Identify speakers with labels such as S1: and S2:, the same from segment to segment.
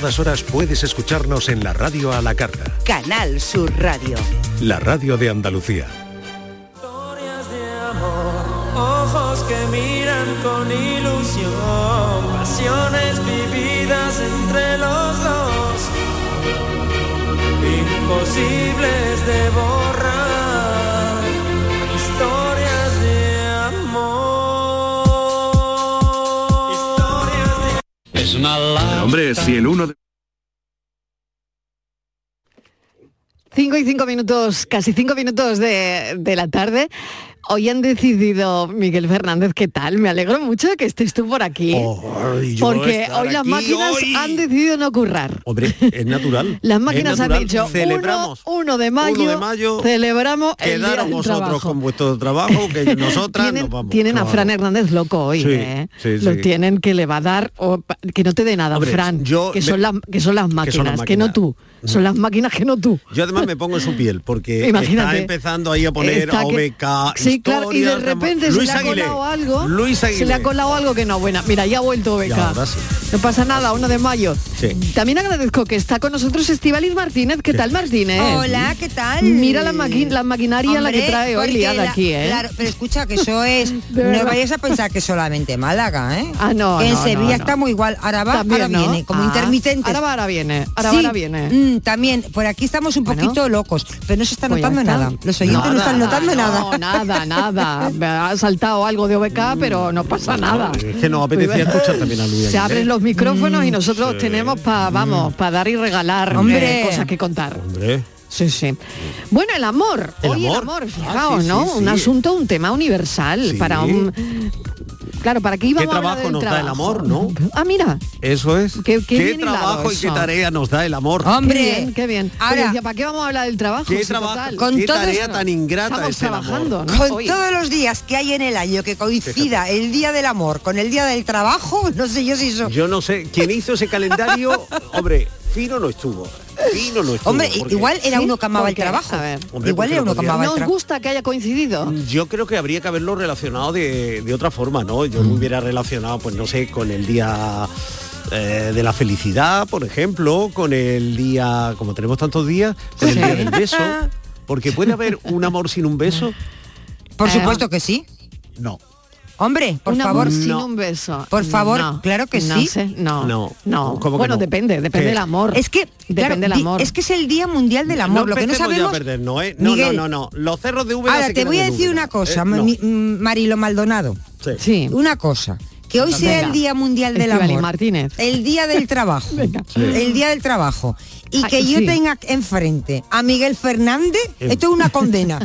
S1: todas horas puedes escucharnos en la radio a la carta,
S2: Canal Sur Radio.
S1: la radio de Andalucía.
S3: Ojos que miran con ilusión, pasiones vividas entre los dos, imposibles de borrar, historias de amor.
S4: hombre, si el uno de...
S5: 5 y 5 minutos, casi 5 minutos de, de la tarde. Hoy han decidido, Miguel Fernández, ¿qué tal? Me alegro mucho de que estés tú por aquí.
S6: Ay, Oh, yo
S5: porque
S6: estar
S5: hoy las
S6: aquí
S5: máquinas
S6: hoy.
S5: han decidido no currar.
S6: Hombre, es natural.
S5: Las
S6: Es
S5: máquinas han
S6: natural.
S5: dicho
S6: Celebramos.
S5: 1 de mayo,
S6: Uno de mayo,
S5: celebramos el día
S6: Quedaros
S5: del
S6: vosotros
S5: trabajo.
S6: con vuestro trabajo, que nosotras
S5: tienen,
S6: nos vamos.
S5: tienen a
S6: Claro.
S5: Fran Hernández loco hoy,
S6: Sí,
S5: ¿eh?
S6: sí,
S5: Lo
S6: sí.
S5: tienen que le va a dar, o pa- que no te dé nada,
S6: Hombre,
S5: Fran,
S6: yo
S5: que,
S6: me-
S5: son las, que son las máquinas, que, no
S6: máquinas.
S5: tú, son las máquinas que no tú.
S6: Yo además me pongo en su piel porque
S5: Imagínate.
S6: está empezando ahí a poner
S5: Está
S6: a
S5: que-
S6: OBK,
S5: Sí, claro, y de
S6: historias,
S5: repente
S6: Ramón-
S5: se
S6: Luis
S5: le ha
S6: Aguilé.
S5: colado algo.
S6: Luis
S5: Se le ha
S6: Aguilé.
S5: colado algo que no buena. Mira, ya ha vuelto OBK.
S6: Ya, ahora sí.
S5: No pasa nada, 1 de mayo.
S6: Sí.
S5: También agradezco que está con nosotros Estivalis Martínez. ¿Qué tal, Martínez?
S7: Hola, ¿qué tal?
S5: Mira la, maqui- la maquinaria la que
S7: Hombre,
S5: trae hoy
S7: porque
S5: liada
S7: la-
S5: aquí, ¿eh?
S7: Claro, pero escucha que eso es.
S5: verdad.
S7: no vayas a pensar que solamente Málaga, ¿eh?
S5: Ah, no,
S7: Que en
S5: no, no,
S7: Sevilla
S5: no.
S7: está muy igual. Ahora va,
S5: También,
S7: ahora
S5: ¿no?
S7: viene, como
S5: Ah,
S7: intermitente.
S5: ahora va, ahora viene, ahora va, ahora viene. Ah,
S7: mm, también, por aquí estamos un poquito locos, pero no se está
S5: Pues ya
S7: notando
S5: está.
S7: nada. Los oyentes no están notando
S5: No,
S7: nada.
S5: nada, nada. Me Ha saltado algo de
S6: Mm.
S5: OBK, pero no pasa nada.
S6: Es que nos apetecía escuchar también a Luis
S5: Se
S6: Aguilé.
S5: abren los micrófonos y nosotros tenemos para,
S6: Mm.
S5: vamos, para dar y regalar
S7: Hombre.
S5: eh, cosas que contar.
S6: Hombre,
S5: Sí, sí. Bueno, el amor.
S6: El
S5: Hoy
S6: amor. Ah,
S5: el amor, fijaos,
S6: sí,
S5: ¿no?
S6: sí,
S5: Un
S6: sí.
S5: asunto, un tema universal
S6: Sí.
S5: para un... Claro, ¿para qué íbamos a hablar
S6: trabajo
S5: del
S6: nos da el
S5: trabajo?
S6: amor, no?
S5: Ah, mira,
S6: Eso es.
S5: Qué- qué bien hilado
S6: trabajo y qué
S5: eso.
S6: tarea nos da el amor.
S5: qué
S7: Hombre,
S5: bien, qué bien. Pero
S7: Ahora-
S5: decía, ¿para qué vamos a hablar del trabajo?
S6: Qué
S5: Sí,
S6: trabajo,
S5: total.
S7: con
S6: qué
S7: todo
S6: tarea
S7: eso
S6: tan ingrata
S5: Estamos
S6: es el amor.
S5: trabajando, ¿no?
S7: Con
S5: Hoy.
S7: todos los días que hay en el año que coincida el día del amor con el día del trabajo, no sé yo si eso.
S6: Yo no sé, quien hizo ese calendario, hombre, fino no estuvo. Fino no estuvo.
S7: Hombre,
S6: porque
S7: igual era
S5: Sí,
S7: uno que amaba el
S5: porque,
S7: trabajo.
S5: a ver.
S6: Hombre, porque
S7: igual
S6: Mm.
S7: era
S6: no
S7: uno que
S6: podía.
S5: ¿No
S7: amaba el
S5: os
S7: trabajo.
S5: gusta que haya coincidido?
S6: Yo creo que habría que haberlo relacionado de, de otra forma, ¿no? Yo
S7: Mm.
S6: lo hubiera relacionado, pues no sé, con el día eh, de la felicidad, por ejemplo, con el día, como tenemos tantos días, con el
S5: Sí.
S6: día del beso. Porque puede haber un amor sin un beso.
S7: Por
S5: Eh,
S7: supuesto que sí.
S6: No.
S7: Hombre, por
S5: un
S7: favor.
S5: amor sin
S6: no.
S5: un beso.
S7: Por favor,
S5: No,
S7: claro que
S5: no
S7: sí.
S5: sé, no, no,
S6: No,
S5: no.
S6: ¿cómo que
S5: Bueno,
S6: no?
S5: depende, depende
S6: ¿Qué?
S5: del amor.
S7: Es que claro,
S5: depende del
S7: di-
S5: amor.
S7: Es que es el Día Mundial del Amor. lo que no
S6: empecemos
S7: sabemos.
S6: ya a perdernos, ¿eh? No,
S7: Miguel,
S6: no, no, no. Los cerros de Úbeda
S7: Ahora
S6: se
S7: te
S6: quedan
S7: voy a
S6: en
S7: decir
S6: Úbeda,
S7: una cosa,
S6: ¿eh?
S7: ma-
S6: No.
S7: mi- mm, Marilo Maldonado.
S6: Sí.
S5: sí.
S7: Una cosa, que hoy sea
S5: Venga.
S7: el Día Mundial del
S5: Estíbaliz
S7: Amor.
S5: Martínez.
S7: El Día del Trabajo.
S5: Venga. Sí.
S7: El Día del Trabajo. Y
S5: Ay,
S7: que yo
S5: sí.
S7: tenga enfrente a Miguel Fernández,
S6: Em.
S7: esto es una condena.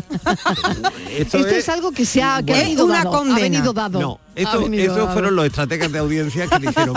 S6: Esto,
S5: Esto es algo que se ha, que ha
S7: Es
S5: venido
S7: una
S5: dado,
S7: condena.
S5: ha venido dado.
S6: No,
S5: Ha
S6: esto,
S5: venido
S6: esos
S5: dado.
S6: fueron los estrategas de audiencia que dijeron,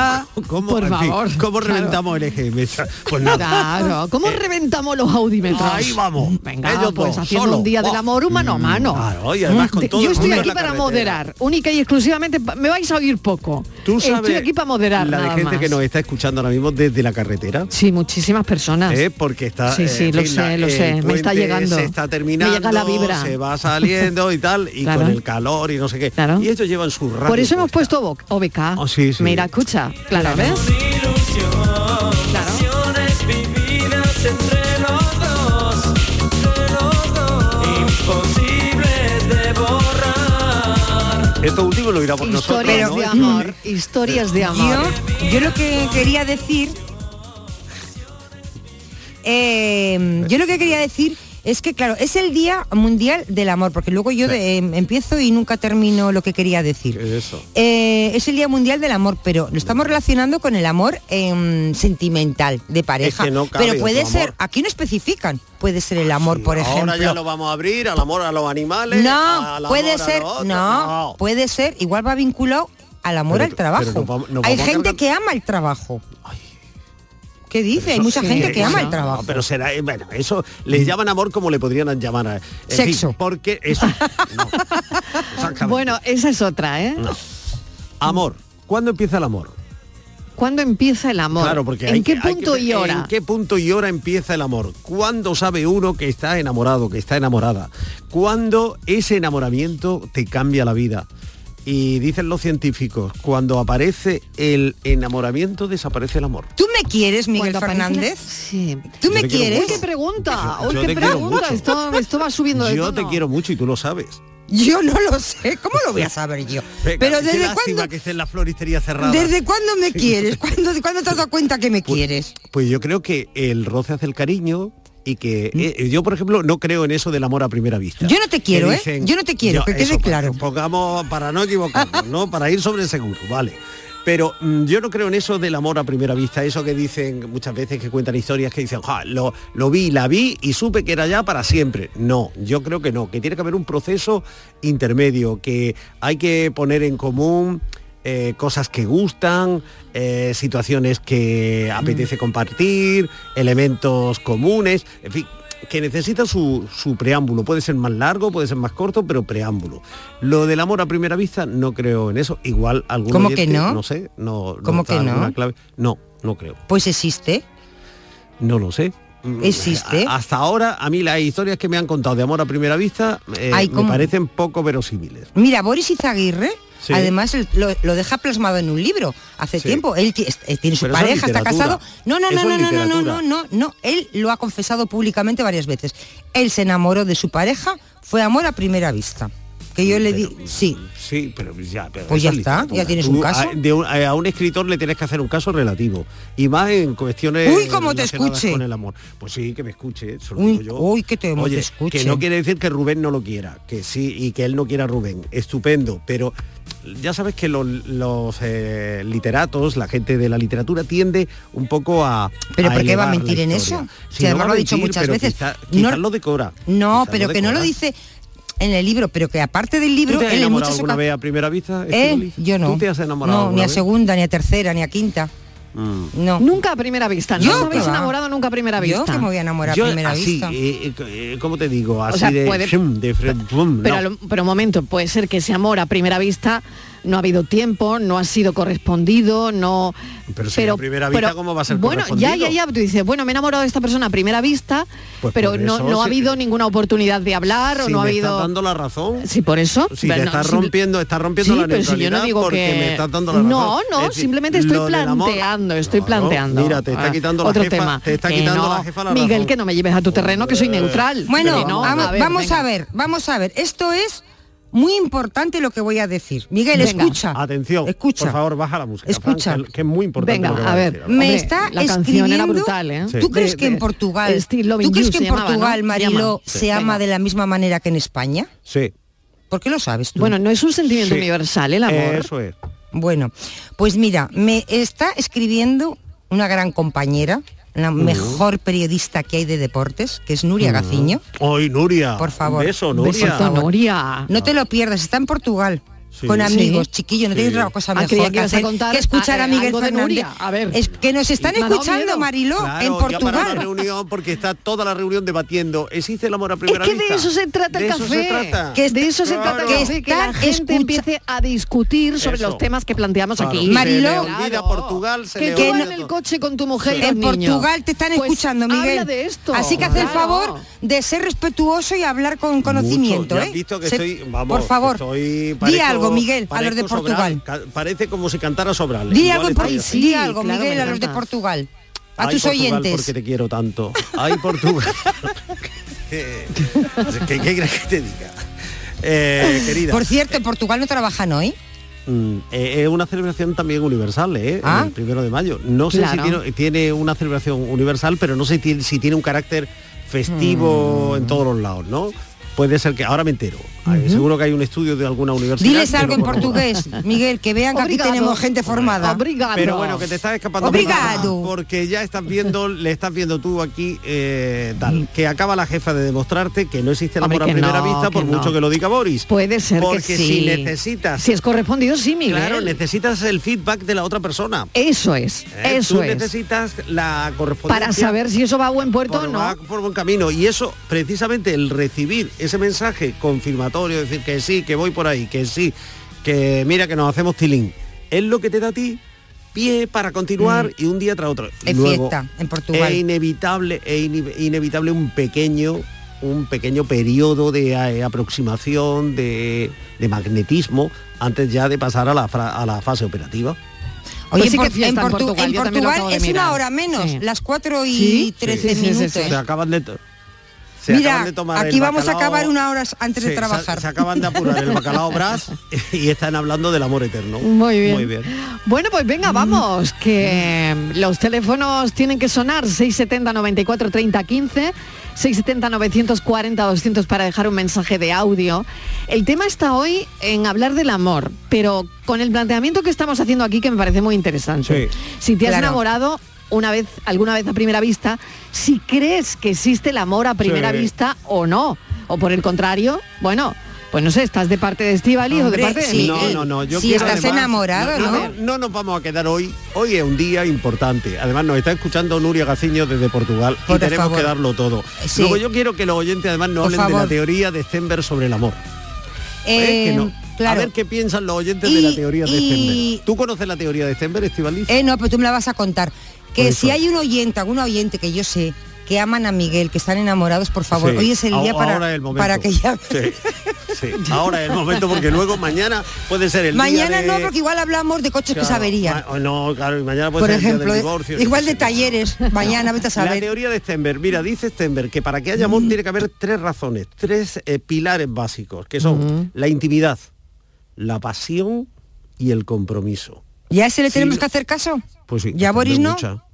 S6: ¿cómo,
S5: Por
S6: en fin,
S5: favor,
S6: ¿cómo
S5: claro.
S6: reventamos el eje de mesa? Pues nada.
S5: Claro, ¿cómo reventamos los audímetros?
S6: Eh. Ahí vamos,
S5: Venga,
S6: ellos
S5: pues
S6: dos,
S5: haciendo
S6: solo.
S5: un día del
S6: Buah. Mm,
S5: amor humano a mano. Mm,
S6: Claro, y además con
S5: Te-
S6: todo
S5: Yo
S6: el
S5: estoy
S6: mundo en
S5: aquí
S6: la
S5: para
S6: carretera.
S5: moderar, única y exclusivamente, pa- me vais a oír poco.
S6: Tú sabes
S5: estoy aquí para moderar
S6: la de
S5: nada
S6: gente
S5: más.
S6: que nos está escuchando ahora mismo desde la carretera.
S5: Sí, muchísimas personas.
S6: ¿eh? Porque está
S5: Sí, sí,
S6: en
S5: lo
S6: fin,
S5: sé, lo
S6: el
S5: sé, me está
S6: puente
S5: llegando.
S6: se está
S5: Me
S6: terminando
S5: llega la vibra.
S6: se va saliendo y tal y
S5: Claro.
S6: con el calor y no sé qué
S5: Claro.
S6: y ellos llevan su radio
S5: Por eso hemos
S6: puesta.
S5: puesto Bo- OBK.
S6: Ah, sí, sí.
S5: Mira, escucha, claro, ¿ves?
S3: ilusión, pasiones vividas entre los dos, entre los dos, imposibles de borrar.
S6: esto último lo irá por nosotros
S5: Historias
S6: ¿no?
S5: de
S6: Es
S5: amor, historias de amor.
S7: Yo, yo lo que quería decir, eh, yo lo que quería decir es que claro, es el Día Mundial del Amor, porque luego yo de- em- empiezo y nunca termino lo que quería decir.
S6: que- eso
S7: Eh, es el Día Mundial del Amor, pero lo estamos relacionando con el amor em, sentimental de pareja.
S6: que no cabe
S7: pero puede
S6: otro
S7: ser,
S6: amor. Ah,
S7: aquí no especifican, puede ser el amor, por ejemplo.
S6: ahora ya lo vamos a abrir al amor a los animales al
S7: No,
S6: amor
S7: puede
S6: a
S7: ser,
S6: los otros,
S7: no, puede ser, igual va vinculado al amor
S6: Pero
S7: al
S6: tú-
S7: trabajo.
S6: pero nos vamos- nos
S7: Hay
S6: vamos a
S7: gente
S6: cargar-
S7: que ama el trabajo. ¿Qué dice? Hay
S6: Eso-
S7: mucha
S6: sí,
S7: gente que
S6: eso-
S7: ama el
S6: no,
S7: trabajo. Mm.
S6: pero será, eh, bueno, eso le llaman amor como le podrían llamar a en fin,
S7: Sexo.
S6: porque eso. no. Exactamente.
S5: Bueno, esa es otra, ¿eh?
S6: amor. ¿Cuándo empieza el amor?
S5: ¿Cuándo empieza el amor?
S6: Claro, porque
S5: ¿En
S6: hay
S5: qué
S6: que- hay
S5: punto
S6: que-
S5: y hora?
S6: ¿En qué punto y hora empieza el amor? ¿Cuándo sabe uno que está enamorado, que está enamorada? ¿Cuándo ese enamoramiento te cambia la vida? Y dicen los científicos, cuando aparece el enamoramiento, desaparece el amor.
S7: ¿Tú me quieres, Miguel
S5: Cuando aparece-
S7: Fernández?
S5: Sí.
S7: ¿Tú
S6: Yo
S7: me
S6: te quiero
S7: quieres?
S5: Uy, qué pregunta,
S6: Yo-
S5: uy,
S6: yo
S5: qué
S6: te quiero
S5: pregunta.
S6: mucho.
S5: Esto, esto va subiendo de
S6: Yo te
S5: tono.
S6: quiero mucho y tú lo sabes.
S7: Yo no lo sé. ¿Cómo lo voy a saber yo?
S6: Venga,
S7: Pero
S6: qué
S7: ¿desde
S6: lástima
S7: cuándo,
S6: que esté en la floristería cerrada.
S7: ¿desde cuándo me quieres? ¿Cuándo, ¿Cuándo te has dado cuenta que me quieres?
S6: Pues yo creo que el roce hace el cariño y que eh, yo por ejemplo no creo en eso del amor a primera vista.
S7: Mm. Yo no te quiero,
S6: Que
S7: ¿eh? Yo no te quiero, que quede
S6: eso,
S7: claro.
S6: para- Pongamos para no equivocarnos, ¿no? Para ir sobre seguro, vale. Pero mm, yo no creo en eso del amor a primera vista, eso que dicen muchas veces que cuentan historias que dicen, "Ja, lo, lo vi, la vi y supe que era ya para siempre. No, yo creo que no, que tiene que haber un proceso intermedio, que hay que poner en común eh, cosas que gustan, eh, situaciones que apetece compartir, elementos comunes, en fin, que necesita su, su preámbulo. Puede ser más largo, puede ser más corto, pero preámbulo. Lo del amor a primera vista, no creo en eso. Igual algún
S7: ¿Cómo
S6: oyente,
S7: que no?
S6: No sé, no. no
S7: ¿Cómo que
S6: da alguna
S7: no?
S6: clave. No, no creo.
S7: Pues existe.
S6: No lo sé. Mm,
S7: ¿Existe?
S6: a- hasta ahora, a mí las historias que me han contado de amor a primera vista eh,
S7: Ay,
S6: me
S7: ¿cómo?
S6: parecen poco verosímiles.
S7: Mira, Boris Izaguirre,
S6: Sí.
S7: además él lo, lo deja plasmado en un libro hace
S6: Sí.
S7: tiempo. Él ti- es- eh, tiene su
S6: Pero eso es
S7: pareja, está
S6: literatura.
S7: casado. No, no, no,
S6: Eso
S7: no,
S6: es
S7: no, no, no,
S6: literatura.
S7: no, no, no. Él lo ha confesado públicamente varias veces. Él se enamoró de su pareja, fue amor a primera vista. Que yo le di,
S6: Pero- mm,
S7: sí,
S6: Sí, pero ya. pero
S7: Pues
S6: eso
S7: ya
S6: es
S7: está,
S6: literatura.
S7: ya tienes
S6: Tú
S7: un caso.
S6: A, de un- a un escritor le tienes que hacer un caso relativo. Y más en cuestiones.
S7: Uy, cómo te
S6: relacionadas
S7: escuche.
S6: Con el amor. Pues sí, que me escuche. se lo
S7: Uy,
S6: digo yo.
S7: uy, que te-
S6: Oye,
S7: te escuche.
S6: Que no quiere decir que Rubén no lo quiera. Que sí, y que él no quiera a Rubén. Estupendo. Pero ya sabes que los, los, eh, literatos, la gente de la literatura, tiende un poco a.
S7: Pero
S6: a
S7: ¿por qué va a
S6: elevar la
S7: mentir en
S6: historia.
S7: eso?
S6: Si
S7: Si
S6: no
S7: además
S6: va
S7: lo
S6: a
S7: ha dicho
S6: mentir,
S7: muchas
S6: pero
S7: veces.
S6: quizá-
S7: No-
S6: quizás lo decora.
S7: no,
S6: quizás lo
S7: pero que no lo
S6: decora.
S7: dice en el libro, pero que aparte del
S6: ¿Tú
S7: libro,
S6: te has
S7: él en
S6: enamorado
S7: muchas
S6: alguna
S7: ocasiones.
S6: vez a primera vista?
S7: ¿Eh?
S6: Estivaliz?
S7: Yo no.
S6: ¿Tú te has enamorado
S7: No, ni
S6: alguna
S7: a
S6: vez?
S7: segunda, ni a tercera, ni a quinta.
S6: Mm.
S7: No.
S5: Nunca a primera vista, no
S7: Yo,
S5: os habéis
S7: que va.
S5: enamorado nunca a primera
S7: Yo
S5: vista.
S7: que me voy a enamorar
S6: Yo
S7: a primera
S6: así,
S7: vista.
S6: eh, eh, eh, ¿cómo te digo? Así
S5: sea,
S6: de,
S5: puede-
S6: shum, de fre- bum,
S5: Pero,
S6: no.
S5: a lo- pero un momento, puede ser que ese amor a primera vista no ha habido tiempo, no ha sido correspondido, no...
S6: Pero si a primera vista, ¿cómo va a ser
S5: Bueno, ya, ya, ya,
S6: correspondido?
S5: tú dices, bueno, me he enamorado de esta persona a primera vista,
S6: Pues
S5: pero
S6: por
S5: no,
S6: eso,
S5: no ha
S6: si-
S5: habido ninguna oportunidad de hablar o
S6: Si
S5: no ha
S6: me estás
S5: habido...
S6: dando la razón.
S5: Sí, por eso.
S6: Si
S5: Pero
S6: te
S5: no,
S6: estás
S5: sim-
S6: rompiendo, estás rompiendo
S5: Sí,
S6: la
S5: pero si yo
S6: neutralidad
S5: no digo
S6: porque
S5: que-
S6: me estás dando la razón.
S5: No, no,
S6: Es decir,
S5: simplemente estoy
S6: lo del amor-
S5: planteando, estoy
S6: No,
S5: planteando.
S6: Mira, te está
S5: Ah,
S6: quitando la
S5: Otro
S6: jefa,
S5: tema.
S6: te está
S5: Que
S6: quitando
S5: no,
S6: la jefa la
S5: Miguel,
S6: razón. Eh,
S5: que no me lleves a tu terreno, que soy neutral.
S7: Bueno,
S5: Que no,
S7: vamos,
S5: a ver,
S7: vamos
S5: venga.
S7: a ver, vamos a ver. Esto es muy importante lo que voy a decir. Miguel,
S5: Venga.
S7: escucha.
S6: Atención,
S7: Escucha.
S6: por favor, baja la música.
S7: Escucha.
S6: Fran, que- que es muy importante
S5: Venga,
S6: lo que va
S5: a ver.
S6: decir ahora.
S7: Me
S5: Hombre,
S7: está
S5: la canción
S7: escribiendo.
S5: era brutal, ¿eh?
S6: Sí.
S7: ¿Tú crees
S5: De-
S7: que en
S5: de-
S7: Portugal,
S5: Steve Loving
S7: ¿tú crees
S5: You
S7: que
S5: se
S7: en
S5: llamaba, ¿no?
S7: Portugal,
S5: Se
S7: Mariló,
S5: llama.
S7: se
S5: Venga.
S7: ama de la misma manera que en España?
S6: Sí.
S7: ¿Por qué lo sabes tú?
S5: Bueno, no es un sentimiento
S6: Sí.
S5: universal el amor.
S6: Eso es.
S7: Bueno, pues mira, me está escribiendo una gran compañera, la mejor periodista que hay de deportes, que es Nuria Gaciño.
S6: Hoy, Nuria.
S7: Por favor.
S6: Un beso,
S5: Un
S6: Nuria.
S5: besito, Nuria.
S7: No te lo pierdas, está en Portugal.
S6: Sí.
S7: Con amigos,
S5: Sí.
S7: chiquillo, no
S6: Sí.
S7: tenéis otra cosa
S5: Ah,
S7: mejor
S5: creía que
S7: que,
S5: ibas a
S7: hacer
S5: contar,
S7: que escuchar
S5: ah,
S7: a,
S5: eh,
S7: Miguel
S5: algo de
S7: Fernández.
S5: Nuria, a ver.
S7: Es que nos están
S5: Me ha dado
S7: escuchando,
S5: miedo.
S7: Mariló,
S6: Claro,
S7: en
S6: ya para la
S7: Portugal.
S6: reunión porque está toda la reunión debatiendo. ¿Existe el amor a primera
S5: es que
S6: vista?
S5: de eso se trata el
S6: De
S5: café.
S6: eso se trata.
S7: Que es-
S5: de eso se
S6: Claro.
S5: trata el
S7: Que
S5: café, que la
S7: están
S5: gente
S7: escucha-
S5: empiece a discutir sobre
S6: Eso.
S5: los temas que planteamos
S6: Claro.
S5: aquí.
S6: Se
S7: Mariló.
S6: le olvida Portugal, se
S5: que
S6: le
S5: tú
S6: olvida
S5: en el
S6: todo.
S5: coche con tu mujer y
S7: En
S5: los niños.
S7: Portugal te están
S5: Pues
S7: escuchando, Miguel.
S5: Habla de esto.
S7: Así que haz el
S5: Claro.
S7: favor de ser respetuoso y hablar con conocimiento.
S6: Mucho. Ya
S7: ¿eh?
S6: has visto que
S7: Se-
S6: estoy, vamos,
S7: por favor,
S6: estoy-
S7: di
S6: parezco-
S7: algo, Miguel, a los de
S6: parezco
S7: Portugal.
S6: Sobral. Ca- parece como si cantara Sobral.
S7: Di
S6: Igual
S7: algo, en
S6: estoy
S7: Portu-
S5: así.
S6: así.
S7: di algo,
S5: claro,
S7: Miguel,
S5: me
S7: a los de
S5: encanta.
S7: Portugal. A
S6: Ay,
S7: tus
S6: Portugal,
S7: oyentes.
S6: porque te quiero tanto. Ay, Portugal. Eh, ¿Qué, qué crees que te diga? Eh, querida,
S7: Por cierto, en Portugal no trabajan hoy.
S6: Mm, eh, es una celebración también universal, ¿eh?
S7: Ah.
S6: El primero de mayo. No sé
S5: Claro.
S6: si tiene, tiene una celebración universal, pero no sé ti- si tiene un carácter festivo en todos los lados, ¿no? Puede ser que ahora me entero. Ay, Seguro que hay un estudio de alguna universidad.
S7: Diles
S6: que
S7: algo
S6: lo
S7: en
S6: corrobora.
S7: portugués, Miguel, que vean que aquí
S5: Obrigado.
S7: tenemos gente formada.
S5: Obrigado.
S6: Pero bueno, que te estás escapando. por la rama,
S7: Obrigado.
S6: Porque ya estás viendo, le estás viendo tú aquí eh, tal. Que acaba la jefa de demostrarte que no existe el
S5: Hombre,
S6: amor a
S5: que
S6: primera
S5: no,
S6: vista,
S5: que
S6: por
S5: no.
S6: mucho que lo diga Boris.
S5: Puede ser
S6: Porque
S5: que sí.
S6: si necesitas
S5: Si es correspondido, sí, Miguel.
S6: Claro, necesitas el feedback de la otra persona.
S5: Eso es,
S6: ¿eh?
S5: eso
S6: Tú
S5: es.
S6: necesitas la correspondencia.
S5: Para saber si eso va a buen puerto o
S6: por, va
S5: no.
S6: por buen camino. Y eso, precisamente, el recibir ese mensaje confirmatorio, decir que sí, que voy por ahí, que sí, que mira que nos hacemos tilín, es lo que te da a ti pie para continuar
S5: Mm.
S6: y un día tras otro.
S7: Es
S6: Luego, eh,
S7: fiesta en Portugal.
S6: Es inevitable, es ine- inevitable un pequeño un pequeño periodo de eh, aproximación, de, de magnetismo, antes ya de pasar a la, fra- a la fase operativa.
S7: Oye,
S5: Pues sí
S7: en
S5: que
S7: Por-
S5: fiesta
S7: en,
S5: en
S7: Portu-
S5: Portugal,
S7: en
S5: yo también lo
S7: Portugal
S5: acabo de
S7: es una
S5: mirar.
S7: hora menos,
S5: Sí.
S7: las 4 y
S5: Sí, sí,
S7: 13
S5: sí, sí,
S7: minutos.
S5: sí.
S6: Se acaban de... to- se
S7: Mira,
S6: acaban de tomar
S7: aquí
S6: el
S7: vamos a
S6: bacalao-
S7: acabar una hora antes de
S6: Sí, se-
S7: trabajar.
S6: Se, acaban de apurar el bacalao Brás y están hablando del amor eterno.
S5: Muy bien. Bueno, pues
S6: Mm.
S5: venga, vamos, que los teléfonos tienen que sonar 670 94 30 15, 670 940 200 para dejar un mensaje de audio. El tema está hoy en hablar del amor, pero con el planteamiento que estamos haciendo aquí que me parece muy interesante.
S6: Sí.
S5: Si te has
S7: Claro.
S5: enamorado una vez alguna vez a primera vista, si crees que existe el amor a primera
S6: Sí.
S5: vista o no, o por el contrario, bueno, pues no sé, estás de parte de Estivali o de
S7: Hombre,
S5: parte de
S7: sí.
S5: mí.
S6: No, no, no. Yo
S7: Si
S6: quiero,
S7: estás enamorado,
S6: a
S7: ¿no?
S6: ver, No nos vamos a quedar hoy. Hoy es un día importante. Además, nos está escuchando Nuria Gaciño desde Portugal y
S7: Por
S6: tenemos
S7: favor.
S6: que darlo todo.
S7: Sí.
S6: Luego yo quiero que los oyentes además nos
S7: Por
S6: hablen de la
S7: favor.
S6: teoría de Stenberg sobre el amor.
S7: Eh,
S6: ¿Eh? Que no.
S7: Claro.
S6: A ver qué piensan los oyentes de
S7: Y-
S6: la teoría de
S7: y-
S6: Stenberg. ¿Tú conoces la teoría de Stenberg, Estivaliz?
S7: Eh, no, pero tú me la vas a contar.
S6: Por
S7: Que
S6: eso.
S7: si hay un oyente, algún oyente que yo sé que aman a Miguel, que están enamorados, por favor,
S6: Sí.
S7: hoy es el
S6: Ah-
S7: día para,
S6: ahora es el momento.
S7: para que ya...
S6: Sí, sí. Ahora es el momento porque luego mañana puede ser el día
S7: Mañana
S6: de-
S7: no, porque igual hablamos de coches
S6: Claro,
S7: que se averían.
S6: ma- No, claro, y mañana puede
S7: Por
S6: ser el día
S7: ejemplo,
S6: del divorcio.
S7: igual
S6: yo
S7: de
S6: qué sé.
S7: talleres. Mañana vete a
S6: La
S7: saber. Mm.
S6: teoría de Stenberg, mira, dice Stenberg que para que haya amor tiene que haber tres razones, tres eh, pilares básicos, que son
S7: Mm.
S6: la intimidad, la pasión y el compromiso.
S7: ¿Ya se le
S6: Sí,
S7: tenemos
S6: lo-
S7: que hacer caso?
S6: Pues sí,
S7: ¿Ya
S6: Stenberg
S7: Boris no?
S6: mucha.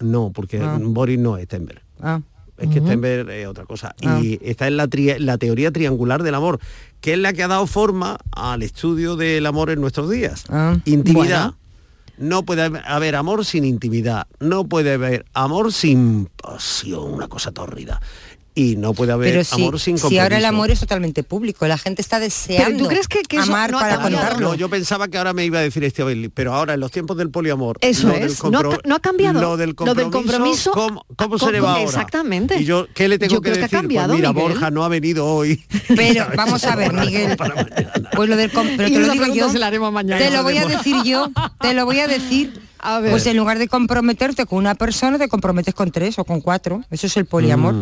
S6: No, porque
S7: Ah.
S6: Boris no es Stenberg.
S7: Ah.
S6: Es que Stenberg es otra cosa.
S7: Ah.
S6: Y esta es la, tri- la teoría triangular del amor, que es la que ha dado forma al estudio del amor en nuestros días.
S7: Ah.
S6: Intimidad.
S5: Bueno.
S6: No puede haber- haber amor sin intimidad. No puede haber amor sin pasión, una cosa tórrida. Y no puede haber
S7: Pero si,
S6: amor sin compromiso.
S7: si ahora el amor es totalmente público, la gente está deseando
S5: Pero ¿tú crees que- que eso
S7: amar
S5: no ha
S7: para
S5: cambiado?
S7: contarlo.
S6: No, yo pensaba que ahora me iba a decir este Bailey, pero ahora en los tiempos del poliamor.
S5: Eso
S6: lo del
S5: es, no ha
S6: compro-
S5: ca- no ha cambiado.
S6: Lo del
S5: Lo
S6: compromiso.
S5: del compromiso,
S6: ¿Cómo, cómo
S5: ¿cómo?
S6: se le va ahora?
S5: Exactamente.
S6: ¿Y yo qué le tengo
S5: Yo
S6: que
S5: creo que ha
S6: decir? Pues
S5: cambiado,
S6: mira,
S5: Miguel.
S6: Borja no ha venido hoy.
S7: Pero vamos a ver, Miguel.
S6: Para mañana.
S7: Pues lo del com- pero
S5: Y
S7: te
S5: esa
S7: lo digo
S5: pregunta
S7: yo.
S5: se la haremos mañana.
S7: Te lo voy a decir yo. Te lo voy a decir.
S5: A ver.
S7: Pues en lugar de comprometerte con una persona, te comprometes con tres o con cuatro. Eso es el poliamor.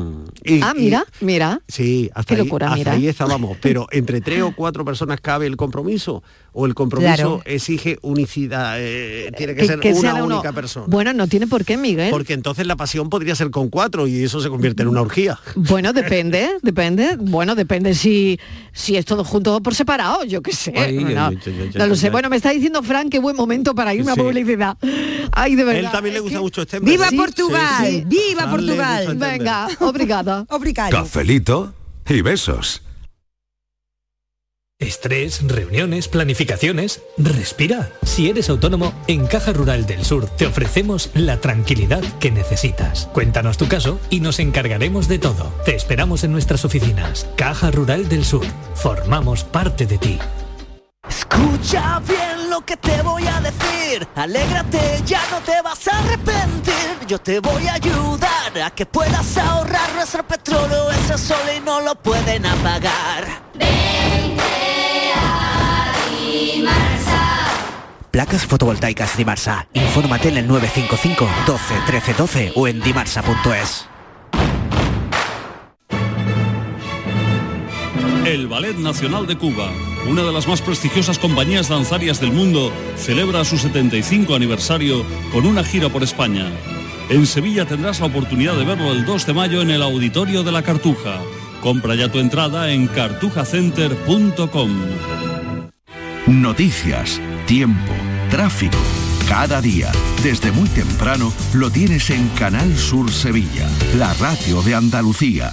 S6: Y-
S5: Ah,
S6: Mm. y-
S5: mira, mira.
S6: Sí, hasta,
S5: Qué locura,
S6: ahí, hasta
S5: mira.
S6: ahí estábamos. Pero entre tres o cuatro personas cabe el compromiso. O el compromiso
S7: Claro.
S6: exige unicidad, eh, tiene que, ser
S5: que sea
S6: una
S5: uno-
S6: única persona.
S5: Bueno, no tiene por qué, Miguel.
S6: Porque entonces la pasión podría ser con cuatro y eso se convierte en una orgía.
S5: Bueno, depende, depende. Bueno, depende si, si es todo junto o por separado, yo qué sé.
S6: Ay,
S5: no,
S6: yo-
S5: no,
S6: yo- yo- yo-
S5: no lo sé.
S6: yo-
S5: Bueno, me está diciendo Frank, qué buen momento para irme
S6: Sí.
S5: a publicidad. Ay, de verdad.
S6: Él también le
S5: es
S6: gusta
S5: que-
S6: mucho este
S7: ¡Viva
S5: Sí,
S7: Portugal!
S5: sí, sí.
S7: ¡Viva
S6: Dale,
S7: Portugal!
S6: muchachos.
S5: Venga, obrigada.
S7: Obrigado.
S8: Cafelito y besos.
S9: Estrés, reuniones, planificaciones. Respira. Si eres autónomo, en Caja Rural del Sur te ofrecemos la tranquilidad que necesitas. Cuéntanos tu caso y nos encargaremos de todo. Te esperamos en nuestras oficinas. Caja Rural del Sur. Formamos parte de ti.
S3: Escucha bien lo que te voy a decir. Alégrate, ya no te vas a arrepentir. Yo te voy a ayudar a que puedas ahorrar nuestro petróleo. Es el sol y no lo pueden apagar. Placas fotovoltaicas Dimarsa. Infórmate en el 955 12 13 12 o en dimarsa.es.
S10: El Ballet Nacional de Cuba, una de las más prestigiosas compañías danzarias del mundo, celebra su 75 aniversario con una gira por España. En Sevilla tendrás la oportunidad de verlo el 2 de mayo en el Auditorio de la Cartuja. Compra ya tu entrada en cartujacenter.com.
S11: Noticias, tiempo, tráfico. Cada día, desde muy temprano, lo tienes en Canal Sur Sevilla, la radio de Andalucía.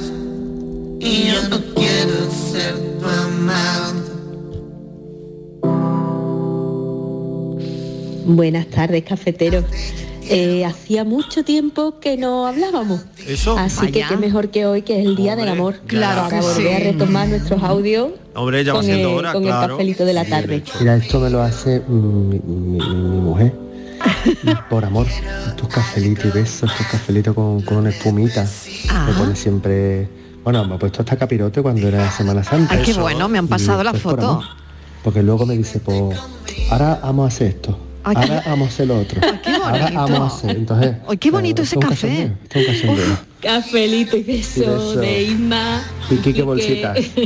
S12: Y yo no quiero ser tu amante.
S13: Buenas tardes, cafeteros. Eh, hacía mucho tiempo que no hablábamos.
S6: Eso.
S13: Así que
S6: Vaya.
S13: qué mejor que hoy, que es el Día del Amor.
S6: Claro
S13: para
S6: que
S13: volver
S6: sí.
S13: a retomar nuestros audios
S6: Hombre, ya va
S13: con,
S6: siendo
S13: el,
S6: hora,
S13: con el
S6: claro.
S13: cafelito de la tarde.
S14: Mira, esto me lo hace mi, mi- mi mujer. Y Por amor, estos cafelitos y besos, estos cafelitos con, con una espumita.
S5: Ah.
S14: Me pone siempre. Bueno, me ha puesto hasta capirote cuando era Semana Santa.
S5: Ay, qué bueno, me han
S14: Y
S5: pasado la
S14: esto es por
S5: foto.
S14: amor, Porque luego me dice, pues, ahora vamos a hacer esto.
S5: Ay, qué-
S14: ahora vamos a hacer lo otro.
S5: qué
S14: ahora
S5: bonito.
S14: vamos a hacer. Entonces,
S5: Ay, qué bonito ese
S14: esto es un
S5: café.
S14: cachondeo, esto es un cachondeo.
S13: Cafelito y
S14: beso.
S13: beso de Isma.
S14: Y Quique Bolsitas.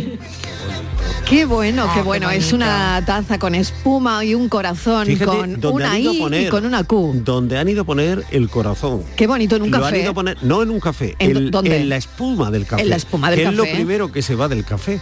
S5: Qué
S6: Ah,
S5: bueno, qué bueno. Es una taza con espuma y un corazón con
S6: donde
S5: una
S6: han ido a
S5: I y
S6: poner-
S5: con una Q.
S6: Donde han ido a poner el corazón.
S5: Qué bonito en un
S6: Lo han
S5: café.
S6: ido a poner- no en un café,
S5: ¿En
S6: en,
S5: dónde?
S6: en la espuma del café.
S5: En la espuma del
S6: que Es
S5: café.
S6: lo primero que se va del café.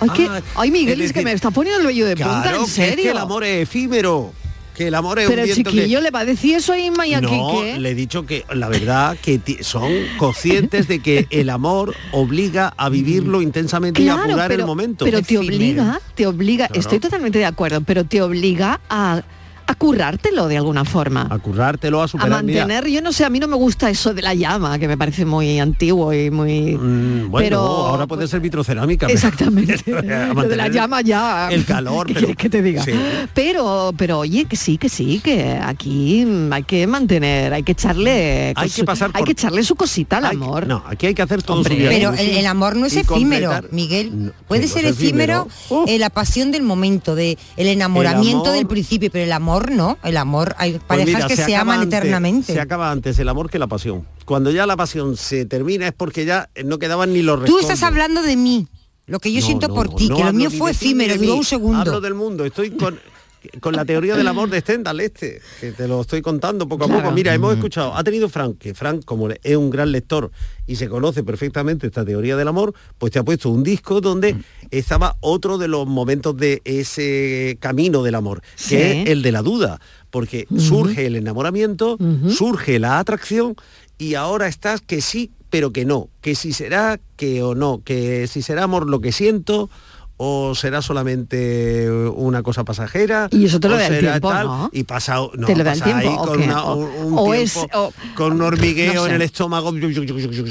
S5: Ay, qué-
S6: Ah,
S5: ay, Miguel,
S6: es
S5: es, que
S6: decir-
S5: me está poniendo el vello de punta,
S6: Claro,
S5: en
S6: que es
S5: serio.
S6: que el amor es efímero. Que el amor es
S5: Pero
S6: un
S5: el
S6: viento
S5: chiquillo
S6: que...
S5: le va a decir eso a Isma y a
S6: No,
S5: Quique.
S6: le he dicho que la verdad que ti- son conscientes de que el amor obliga a vivirlo intensamente y a apurar el momento.
S5: Mm. pero te obliga, te obliga,
S6: Claro.
S5: estoy totalmente de acuerdo, pero te obliga a, a currártelo de alguna forma.
S6: A currártelo, a
S5: A
S6: superar. mira,
S5: mantener, yo no sé, a mí no me gusta eso de la llama, que me parece muy antiguo y muy...
S6: Mm, bueno,
S5: pero-
S6: ahora puede ser vitrocerámica. pero-
S5: Exactamente.
S6: A
S5: Lo de la
S6: mantener
S5: llama ya.
S6: El calor,
S5: ¿Qué
S6: pero-
S5: quieres que te diga?
S6: Sí.
S5: Pero, pero oye, que sí, que sí, que aquí mm, hay que mantener, hay que echarle,
S6: Hay
S5: cos-
S6: que pasar
S5: hay
S6: por-
S5: que echarle su cosita al amor.
S6: No, aquí hay que hacer todo
S5: Hombre,
S6: su día.
S7: Pero el, el amor no es
S6: Y
S7: efímero,
S6: completar-
S7: Miguel. Puede
S6: no
S7: ser
S6: es efímero.
S7: efímero eh, la pasión del momento, de el enamoramiento
S6: amor-
S7: del principio, pero el amor no. El amor hay
S6: Pues
S7: parejas
S6: mira,
S7: que se,
S6: acaba
S7: aman
S6: antes,
S7: eternamente.
S6: Se acaba antes el amor que la pasión. Cuando ya la pasión se termina es porque ya no quedaban ni los
S7: Tú
S6: restos.
S7: estás hablando de mí, lo que yo
S6: No,
S7: siento
S6: no,
S7: por
S6: no,
S7: ti,
S6: no
S7: que lo
S6: hablo
S7: mío
S6: ni
S7: fue
S6: de ti ni
S7: efímero,
S6: de
S7: duró
S6: mí.
S7: un
S6: Hablo
S7: segundo.
S6: del mundo, estoy con, con la teoría del amor de Stendhal este, que te lo estoy contando poco a poco.
S15: Claro.
S6: Mira, hemos escuchado, ha tenido Frank, que Frank como le- es un gran lector y se conoce perfectamente esta teoría del amor, pues te ha puesto un disco donde
S5: Mm.
S6: estaba otro de los momentos de ese camino del amor, que
S15: Sí.
S6: es el de la duda, porque
S15: Ujú.
S6: surge el enamoramiento, surge la atracción y ahora estás que sí, pero que no, que si será que o no, que si será amor lo que siento o será solamente una cosa pasajera
S5: Y eso te lo
S6: o
S5: da el
S6: será
S5: tiempo, ¿no?
S6: y pasado no
S5: Te lo da el
S6: pasa ahí
S5: tiempo, ¿o
S6: con,
S5: qué?
S6: una-
S5: O-
S6: un, un
S5: o
S6: tiempo,
S5: es- o-
S6: con un hormigueo
S5: no sé.
S6: en el estómago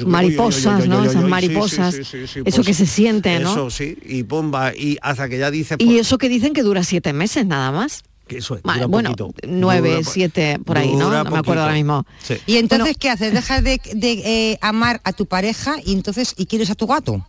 S5: Mariposas, ¿no? Esas
S6: Sí, sí, sí,
S5: mariposas.
S6: sí, sí, sí,
S5: Eso
S6: pues,
S5: que se siente, ¿no?
S6: eso sí y bomba y hasta que ya dices pues,
S5: Y eso que dicen que dura siete meses nada más.
S6: que eso es,
S5: Ma-
S6: Pues dura
S5: bueno,
S6: poquito,
S5: nueve,
S6: dura po-
S5: siete, por ahí, ¿no?
S6: dura
S5: No me acuerdo ahora
S6: poquito.
S5: mismo.
S6: Sí.
S7: Y entonces, ¿qué haces? ¿Dejas de, de, eh, amar a tu pareja y entonces y quieres a tu gato?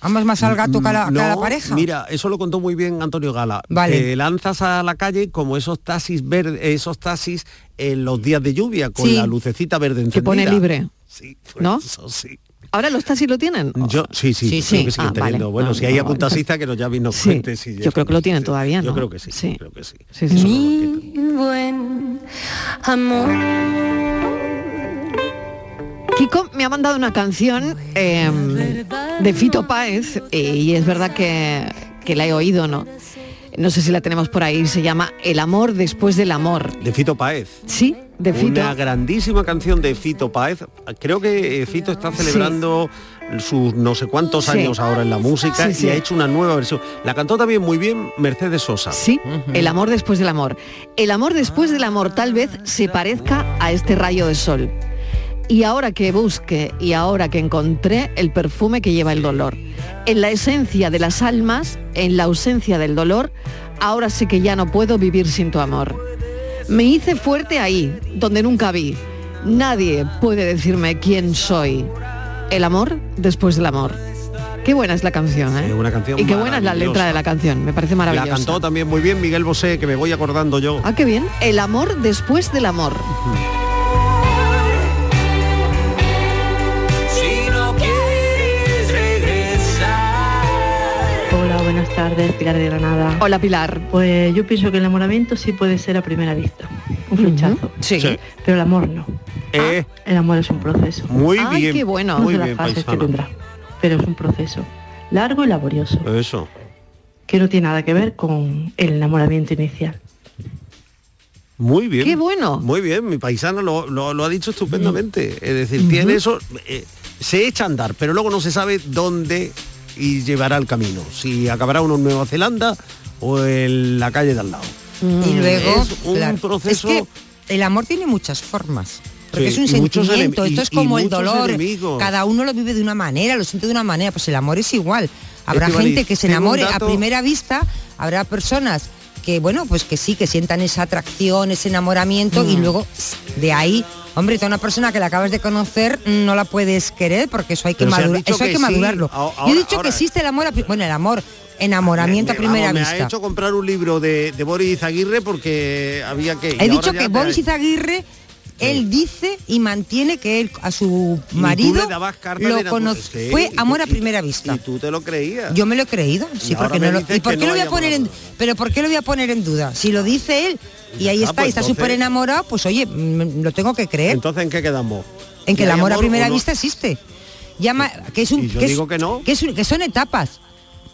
S7: ¿Amas más al gato que a la, que a la
S6: No,
S7: pareja?
S6: Mira, eso lo contó muy bien Antonio Gala.
S7: Vale.
S6: Te lanzas a la calle como esos taxis verdes, esos taxis en los días de lluvia con
S5: Sí.
S6: la lucecita verde encendida.
S5: Que pone libre.
S6: Pues Sí, pues
S5: ¿no?
S6: Eso sí.
S5: Ahora los taxis lo tienen.
S6: Yo, sí, sí, yo
S5: Ah. Sí,
S6: creo
S5: sí.
S6: que siguen
S5: Ah, vale.
S6: teniendo. Bueno,
S5: Ah,
S6: si hay
S5: vale.
S6: apuntasistas que nos llamen nos
S5: Sí.
S6: cuenten si ya
S5: Yo creo que lo tienen
S6: sí.
S5: todavía, ¿no?
S6: Yo creo que sí, yo creo que sí.
S16: Mi buen amor.
S5: Kiko me ha mandado una canción eh, de Fito Páez eh, y es verdad que, que la he oído, ¿no? No sé si la tenemos por ahí, se llama El amor después del amor.
S6: De Fito Paez.
S5: Sí, de Fito.
S6: Una grandísima canción de Fito Páez. Creo que eh, Fito está celebrando sus no sé cuántos
S5: Sí.
S6: años ahora en la música
S5: Sí, sí.
S6: y ha hecho una nueva versión. La cantó también muy bien Mercedes Sosa.
S5: Sí, el amor después del amor. El amor después del amor tal vez se parezca a este rayo de sol. Y ahora que busque y ahora que encontré el perfume que lleva el dolor. En la esencia de las almas, en la ausencia del dolor, ahora sé que ya no puedo vivir sin tu amor. Me hice fuerte ahí, donde nunca vi. Nadie puede decirme quién soy. El amor después del amor. Qué buena es la canción, ¿eh?
S6: Es una canción
S5: y qué buena es la
S6: maravillosa.
S5: letra de la canción, me parece
S6: La
S5: maravillosa.
S6: cantó también muy bien Miguel Bosé, que me voy acordando yo.
S5: Ah, qué bien. El amor después del amor.
S3: Si no quieres regresar.
S17: Hola, buenas
S15: tardes, Pilar de Granada.
S5: Hola, Pilar.
S15: Pues yo pienso que el enamoramiento sí puede ser a primera vista, un flechazo.
S6: Sí. Sí.
S15: Pero el amor no. Ah,
S6: Eh,
S15: El amor es un proceso. Ah,
S6: Muy Ay, bien, qué bueno.
S15: No
S6: muy
S15: sé las
S6: bien,
S15: fases que
S6: paisana.
S15: tendrá, pero es un proceso largo y laborioso,
S5: Ah.
S6: Eso.
S15: que no tiene nada que ver con el enamoramiento inicial.
S6: Muy bien.
S15: Qué bueno.
S6: Muy bien, mi paisano lo, lo- lo ha dicho estupendamente. Es decir, tiene eso, eh, se echa a andar, pero luego no se sabe dónde y llevará el camino. Si acabará uno en Nueva Zelanda o en la calle de al lado.
S7: Y luego,
S6: Mm. Es un
S7: claro,
S6: proceso-
S7: es que el amor tiene muchas formas. Porque
S6: Sí,
S7: es un
S6: y muchos
S7: sentimiento,
S6: enem-
S7: esto
S6: y-
S7: es
S6: y
S7: como el
S6: muchos
S7: dolor.
S6: enemigos.
S7: Cada uno lo vive de una manera, lo siente de una manera. Pues el amor es igual. Habrá
S6: Estivaliz,
S7: gente que se
S6: tengo un
S7: enamore
S6: dato-
S7: a primera vista, habrá personas que, bueno, pues que sí, que sientan esa atracción, ese enamoramiento
S6: Mm.
S7: y luego de ahí, hombre, tú a una persona que la acabas de conocer no la puedes querer porque eso hay que,
S6: Pero se han
S7: madura-
S6: dicho
S7: eso hay
S6: que
S7: que
S6: sí,
S7: madurarlo.
S6: a-
S7: Yo he
S6: ahora-
S7: dicho
S6: ahora-
S7: que existe el amor, a pri- bueno, el amor, enamoramiento a primera
S6: Eh, Vamos, me
S7: vista.
S6: ha hecho comprar un libro de, de Boris Aguirre porque había que... y
S7: He
S6: ahora
S7: dicho
S6: ya
S7: que
S6: te-
S7: Boris Izaguirre, él dice y mantiene que él a su
S6: y tú
S7: marido
S6: le dabas carta de
S7: lo
S6: natu-
S7: conoce.
S6: Sí,
S7: Fue
S6: y tú-
S7: amor a
S6: y-
S7: primera vista.
S6: Y tú te lo creías.
S7: Yo me lo he creído,
S6: Y
S7: sí,
S6: ahora
S7: porque
S6: me
S7: no lo.
S6: dices
S7: ¿Y por
S6: que
S7: qué
S6: no
S7: lo voy
S6: hay
S7: a poner en? Pero por qué lo voy a poner en duda? Si lo dice él y ahí
S6: Ah,
S7: está,
S6: pues
S7: y está
S6: entonces-
S7: súper enamorado, pues oye, mm, lo tengo que creer.
S6: Entonces, ¿en qué quedamos?
S7: En que
S6: ¿Si
S7: el
S6: hay
S7: amor a
S6: amor o
S7: primera
S6: no?
S7: vista existe. Llama, que es un,
S6: Y yo
S7: que es-
S6: digo que no.
S7: que es un- que son etapas.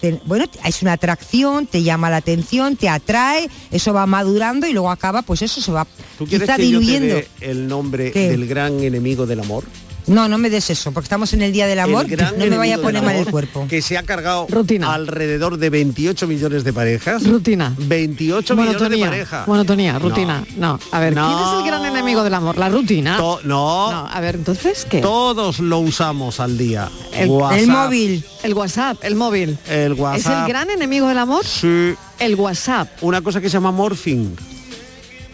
S7: Te- bueno, t- es una atracción, te llama la atención, te atrae, eso va madurando y luego acaba, pues eso se va
S6: ¿Tú quieres
S7: quizá
S6: que
S7: diluyendo.
S6: yo te dé el nombre
S7: ¿Qué?
S6: del gran enemigo del amor?
S7: No, no me des eso, porque estamos en el día del amor,
S6: El gran
S7: no me vaya a
S6: enemigo
S7: poner
S6: del
S7: mal el
S6: amor,
S7: cuerpo.
S6: Que se ha cargado alrededor de 28 millones de parejas.
S5: Rutina.
S6: 28 millones de
S5: Monotonía,
S6: parejas.
S5: monotonía,
S6: No.
S5: rutina. No, a ver, ¿quién
S6: No.
S5: es el gran enemigo del amor? La rutina.
S6: To- no.
S5: A ver, entonces, ¿qué?
S6: Todos lo usamos al día.
S5: El,
S6: WhatsApp,
S5: El WhatsApp, el móvil.
S6: El
S5: ¿Es el
S6: WhatsApp.
S5: gran enemigo del amor?
S6: Sí.
S5: El WhatsApp.
S6: Una cosa que se llama morphing.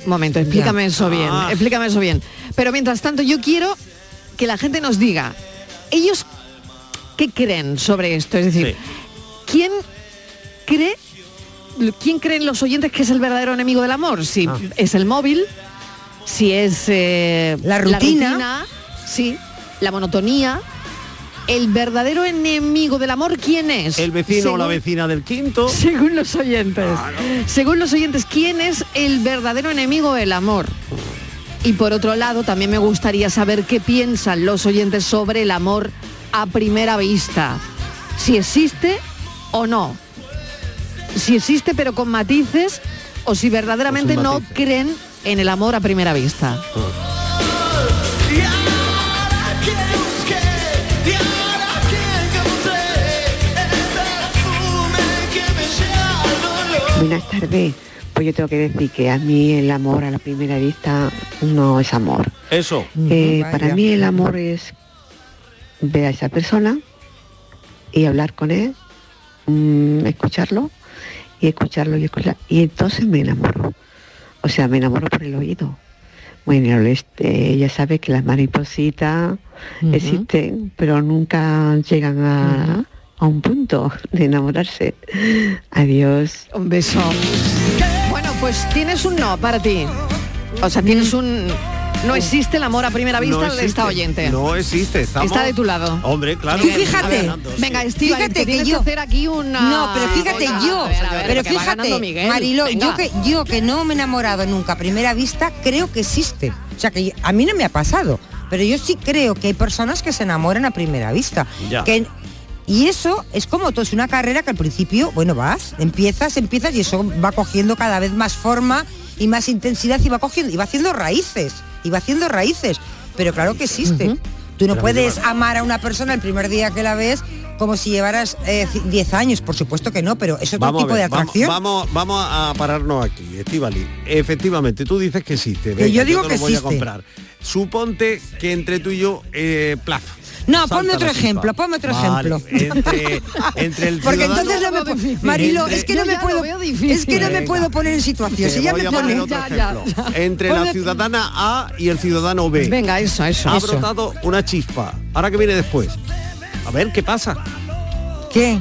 S5: Momento, explícame
S6: Ya.
S5: eso bien,
S6: Ah.
S5: explícame eso bien. Pero mientras tanto, yo quiero que la gente nos diga, ellos, ¿qué creen sobre esto? Es decir, ¿quién cree, quién creen los oyentes que es el verdadero enemigo del amor? Si
S6: Ah.
S5: es el móvil, si es eh,
S7: La rutina.
S5: sí, la monotonía. El verdadero enemigo del amor, ¿quién es?
S6: El vecino o la
S5: Según-
S6: vecina del quinto. Ah,
S5: según los oyentes. Según los oyentes, ¿quién es el verdadero enemigo del amor? Y por otro lado, también me gustaría saber qué piensan los oyentes sobre el amor a primera vista. Si existe o no. Si existe pero con matices o si verdaderamente no creen en el amor a primera vista.
S17: Buenas tardes. Pues yo tengo que decir que a mí el amor a la primera vista no es amor.
S6: Eso.
S17: Eh, para mí el amor es ver a esa persona y hablar con él, mm, escucharlo y escucharlo y escucharlo. Y entonces me enamoro. O sea, me enamoro por el oído. Bueno, este, ya sabes que las maripositas existen, pero nunca llegan a, a un punto de enamorarse. Adiós.
S5: Un beso. Bueno, pues tienes un no para ti. O sea, tienes un... No existe el amor a primera
S6: Mm. No
S5: vista de
S6: existe.
S5: esta oyente.
S6: No existe. estamos-
S5: Está de tu lado.
S6: Hombre, claro.
S7: Tú fíjate,
S5: Venga, Estíbaliz,
S7: fíjate
S5: que
S7: que
S5: tienes
S7: yo-
S5: que hacer aquí una...
S7: No, pero fíjate
S5: Oiga,
S7: yo,
S5: a ver, a ver,
S7: pero
S5: porque va ganando
S7: fíjate,
S5: Miguel,
S7: Marilo, yo
S5: venga.
S7: que yo que no me he enamorado nunca a primera vista, creo que existe. O sea que yo- a mí no me ha pasado, pero yo sí creo que hay personas que se enamoran a primera vista.
S18: Ya.
S7: Que- y eso es como todo, es una carrera que al principio, bueno, vas, empiezas, empiezas y eso va cogiendo cada vez más forma y más intensidad y va cogiendo, y va haciendo raíces, y va haciendo raíces. Pero claro que existe. Tú no
S18: Pero
S7: puedes
S18: bueno.
S7: amar a una persona el primer día que la ves como si llevaras eh, ci- 10 años, por supuesto que no, pero es otro
S6: Vamos a
S7: tipo
S6: ver,
S7: de
S6: vamos-
S7: atracción.
S6: Vamos, vamos, a pararnos aquí, Estivali. Efectivamente, tú dices que existe.
S7: Que yo digo
S6: te
S7: que
S6: lo voy
S7: existe.
S6: a comprar. Suponte que entre tú y yo, eh, plaf.
S7: No,
S6: salta
S7: ponme otro
S6: la chispa.
S7: ejemplo, ponme otro
S6: Vale,
S7: ejemplo.
S6: Entre, entre el
S7: Porque
S6: ciudadano-
S7: entonces no me puedo, Marilo,
S6: Entre-
S7: es que no me puedo, es que no me
S6: Venga.
S7: puedo poner en situación.
S6: Te
S7: Si ya
S6: voy
S7: me
S6: a poner
S7: pone
S6: otro ejemplo. Entre la ciudadana A y el ciudadano B.
S5: Venga, eso, eso.
S6: Ha
S5: Eso.
S6: brotado una chispa. Ahora que viene después. A ver qué pasa.
S7: ¿Qué?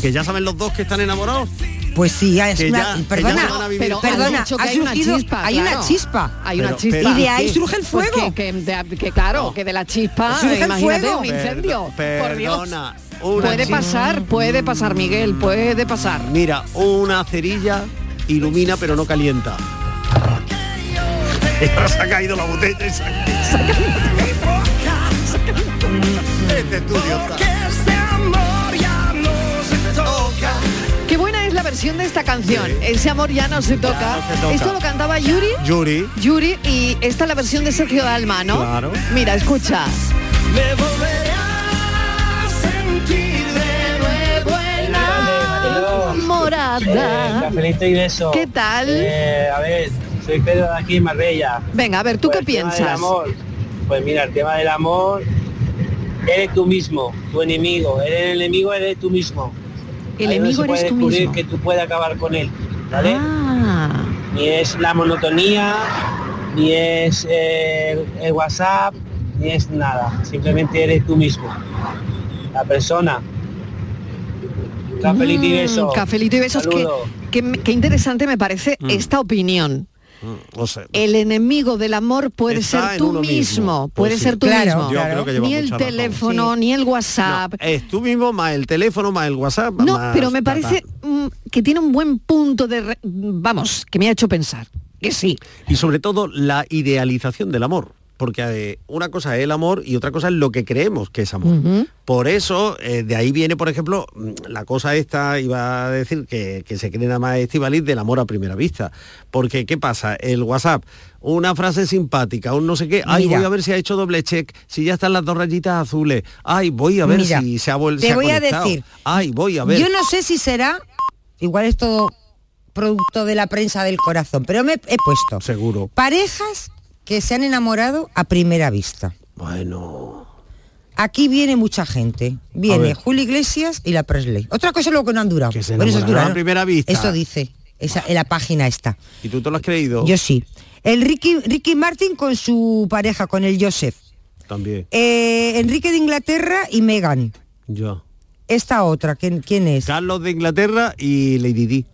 S6: Que ya saben los dos que están enamorados.
S7: Pues sí, ya es
S6: Que
S7: una-
S6: ya- que ya
S7: perdona,
S6: se van a vivir
S7: pero,
S6: juntos.
S7: perdona,
S5: dicho que
S7: ha
S5: hay una
S7: surgido-
S5: chispa,
S7: hay una
S5: claro.
S7: chispa.
S5: Hay una
S6: Pero-
S5: chispa.
S6: pero-
S7: Y de ahí surge el
S5: Pues que,
S7: fuego.
S5: que- de- que claro, que de la chispa,
S7: Surge el
S5: Ah, imagínate
S7: fuego.
S5: un incendio.
S6: Perdo-
S5: por Dios.
S6: Perdona, una
S5: puede
S6: chica-
S5: pasar, puede pasar, Miguel, puede pasar.
S6: Mira, una cerilla ilumina pero no calienta.
S18: se ha caído la botella y se ha Este estudio
S5: Qué buena es la versión de esta canción. Ese amor ya no se toca.
S6: se toca.
S5: Esto lo cantaba Yuri.
S6: Yuri.
S5: Yuri y esta es la versión de Sergio Dalma, ¿no?
S6: Claro.
S5: Mira, escucha.
S18: Me volveré a sentir de nuevo
S5: Morada.
S9: Cafelito y beso.
S5: ¿Qué tal?
S9: Eh, a ver, soy Pedro de aquí en Marbella.
S5: Venga, a ver, ¿tú
S9: Pues
S5: qué
S9: el tema del
S5: piensas?
S9: amor. Pues mira, el tema del amor, eres tú mismo, tu enemigo. El enemigo eres tú mismo.
S5: El
S9: Ahí no
S5: enemigo
S9: se puede
S5: eres tú
S9: descubrir
S5: mismo.
S9: que tú puedes acabar con él, ¿vale?
S5: Ah,
S9: Ni es la monotonía, ni es eh, el WhatsApp, ni es nada. Simplemente eres tú mismo. La persona. Cafelito y
S5: mm,
S9: beso.
S5: Cafelito y besos. Qué,
S9: Saludos.
S5: qué- qué interesante me parece
S6: Mm.
S5: esta opinión. Mm.
S6: No sé.
S5: El enemigo del amor puede
S6: Está
S5: ser
S6: en
S5: tú
S6: uno
S5: mismo,
S6: mismo. Pues
S5: puede
S6: sí.
S5: ser tú
S6: Claro,
S5: mismo.
S6: yo creo que lleva
S5: ni el
S6: mucha razón.
S5: teléfono, ni el WhatsApp,
S6: Es tú mismo más el teléfono más el WhatsApp.
S5: No,
S6: más
S5: pero me
S6: ta, ta.
S5: parece mm, que tiene un buen punto de... re- Vamos, que me ha hecho pensar. Que sí.
S6: Y sobre todo la idealización del amor. Porque eh, una cosa es el amor y otra cosa es lo que creemos que es amor. Por eso, eh, de ahí viene, por ejemplo, mm, la cosa esta, iba a decir que, que se cree nada más Estivaliz del amor a primera vista. Porque, ¿qué pasa? El WhatsApp, una frase simpática, un no sé qué, ay,
S7: Mira.
S6: voy a ver si ha hecho doble check, si ya están las dos rayitas azules, ay, voy a ver
S7: Mira,
S6: si se ha vuelto.
S7: te voy a decir,
S6: Ay, voy a ver.
S7: Yo no sé si será, igual es todo producto de la prensa del corazón, pero me he puesto.
S6: Seguro.
S7: Parejas que se han enamorado a primera vista.
S6: Bueno.
S7: Aquí viene mucha gente. Viene
S6: ver.
S7: Julio Iglesias eh, y la Presley. Otra cosa es lo que no han durado.
S6: se
S7: Bueno, eso es
S6: enamoraron
S7: durado.
S6: a primera vista.
S7: Eso dice. Esa, en la página está.
S6: ¿Y tú te lo has creído?
S7: Yo sí. El Ricky, Ricky Martin con su pareja, con el Joseph.
S6: También.
S7: Eh, Enrique de Inglaterra y Meghan.
S6: Yo.
S7: Esta otra, ¿quién, quién es?
S6: Carlos de Inglaterra y Lady Di.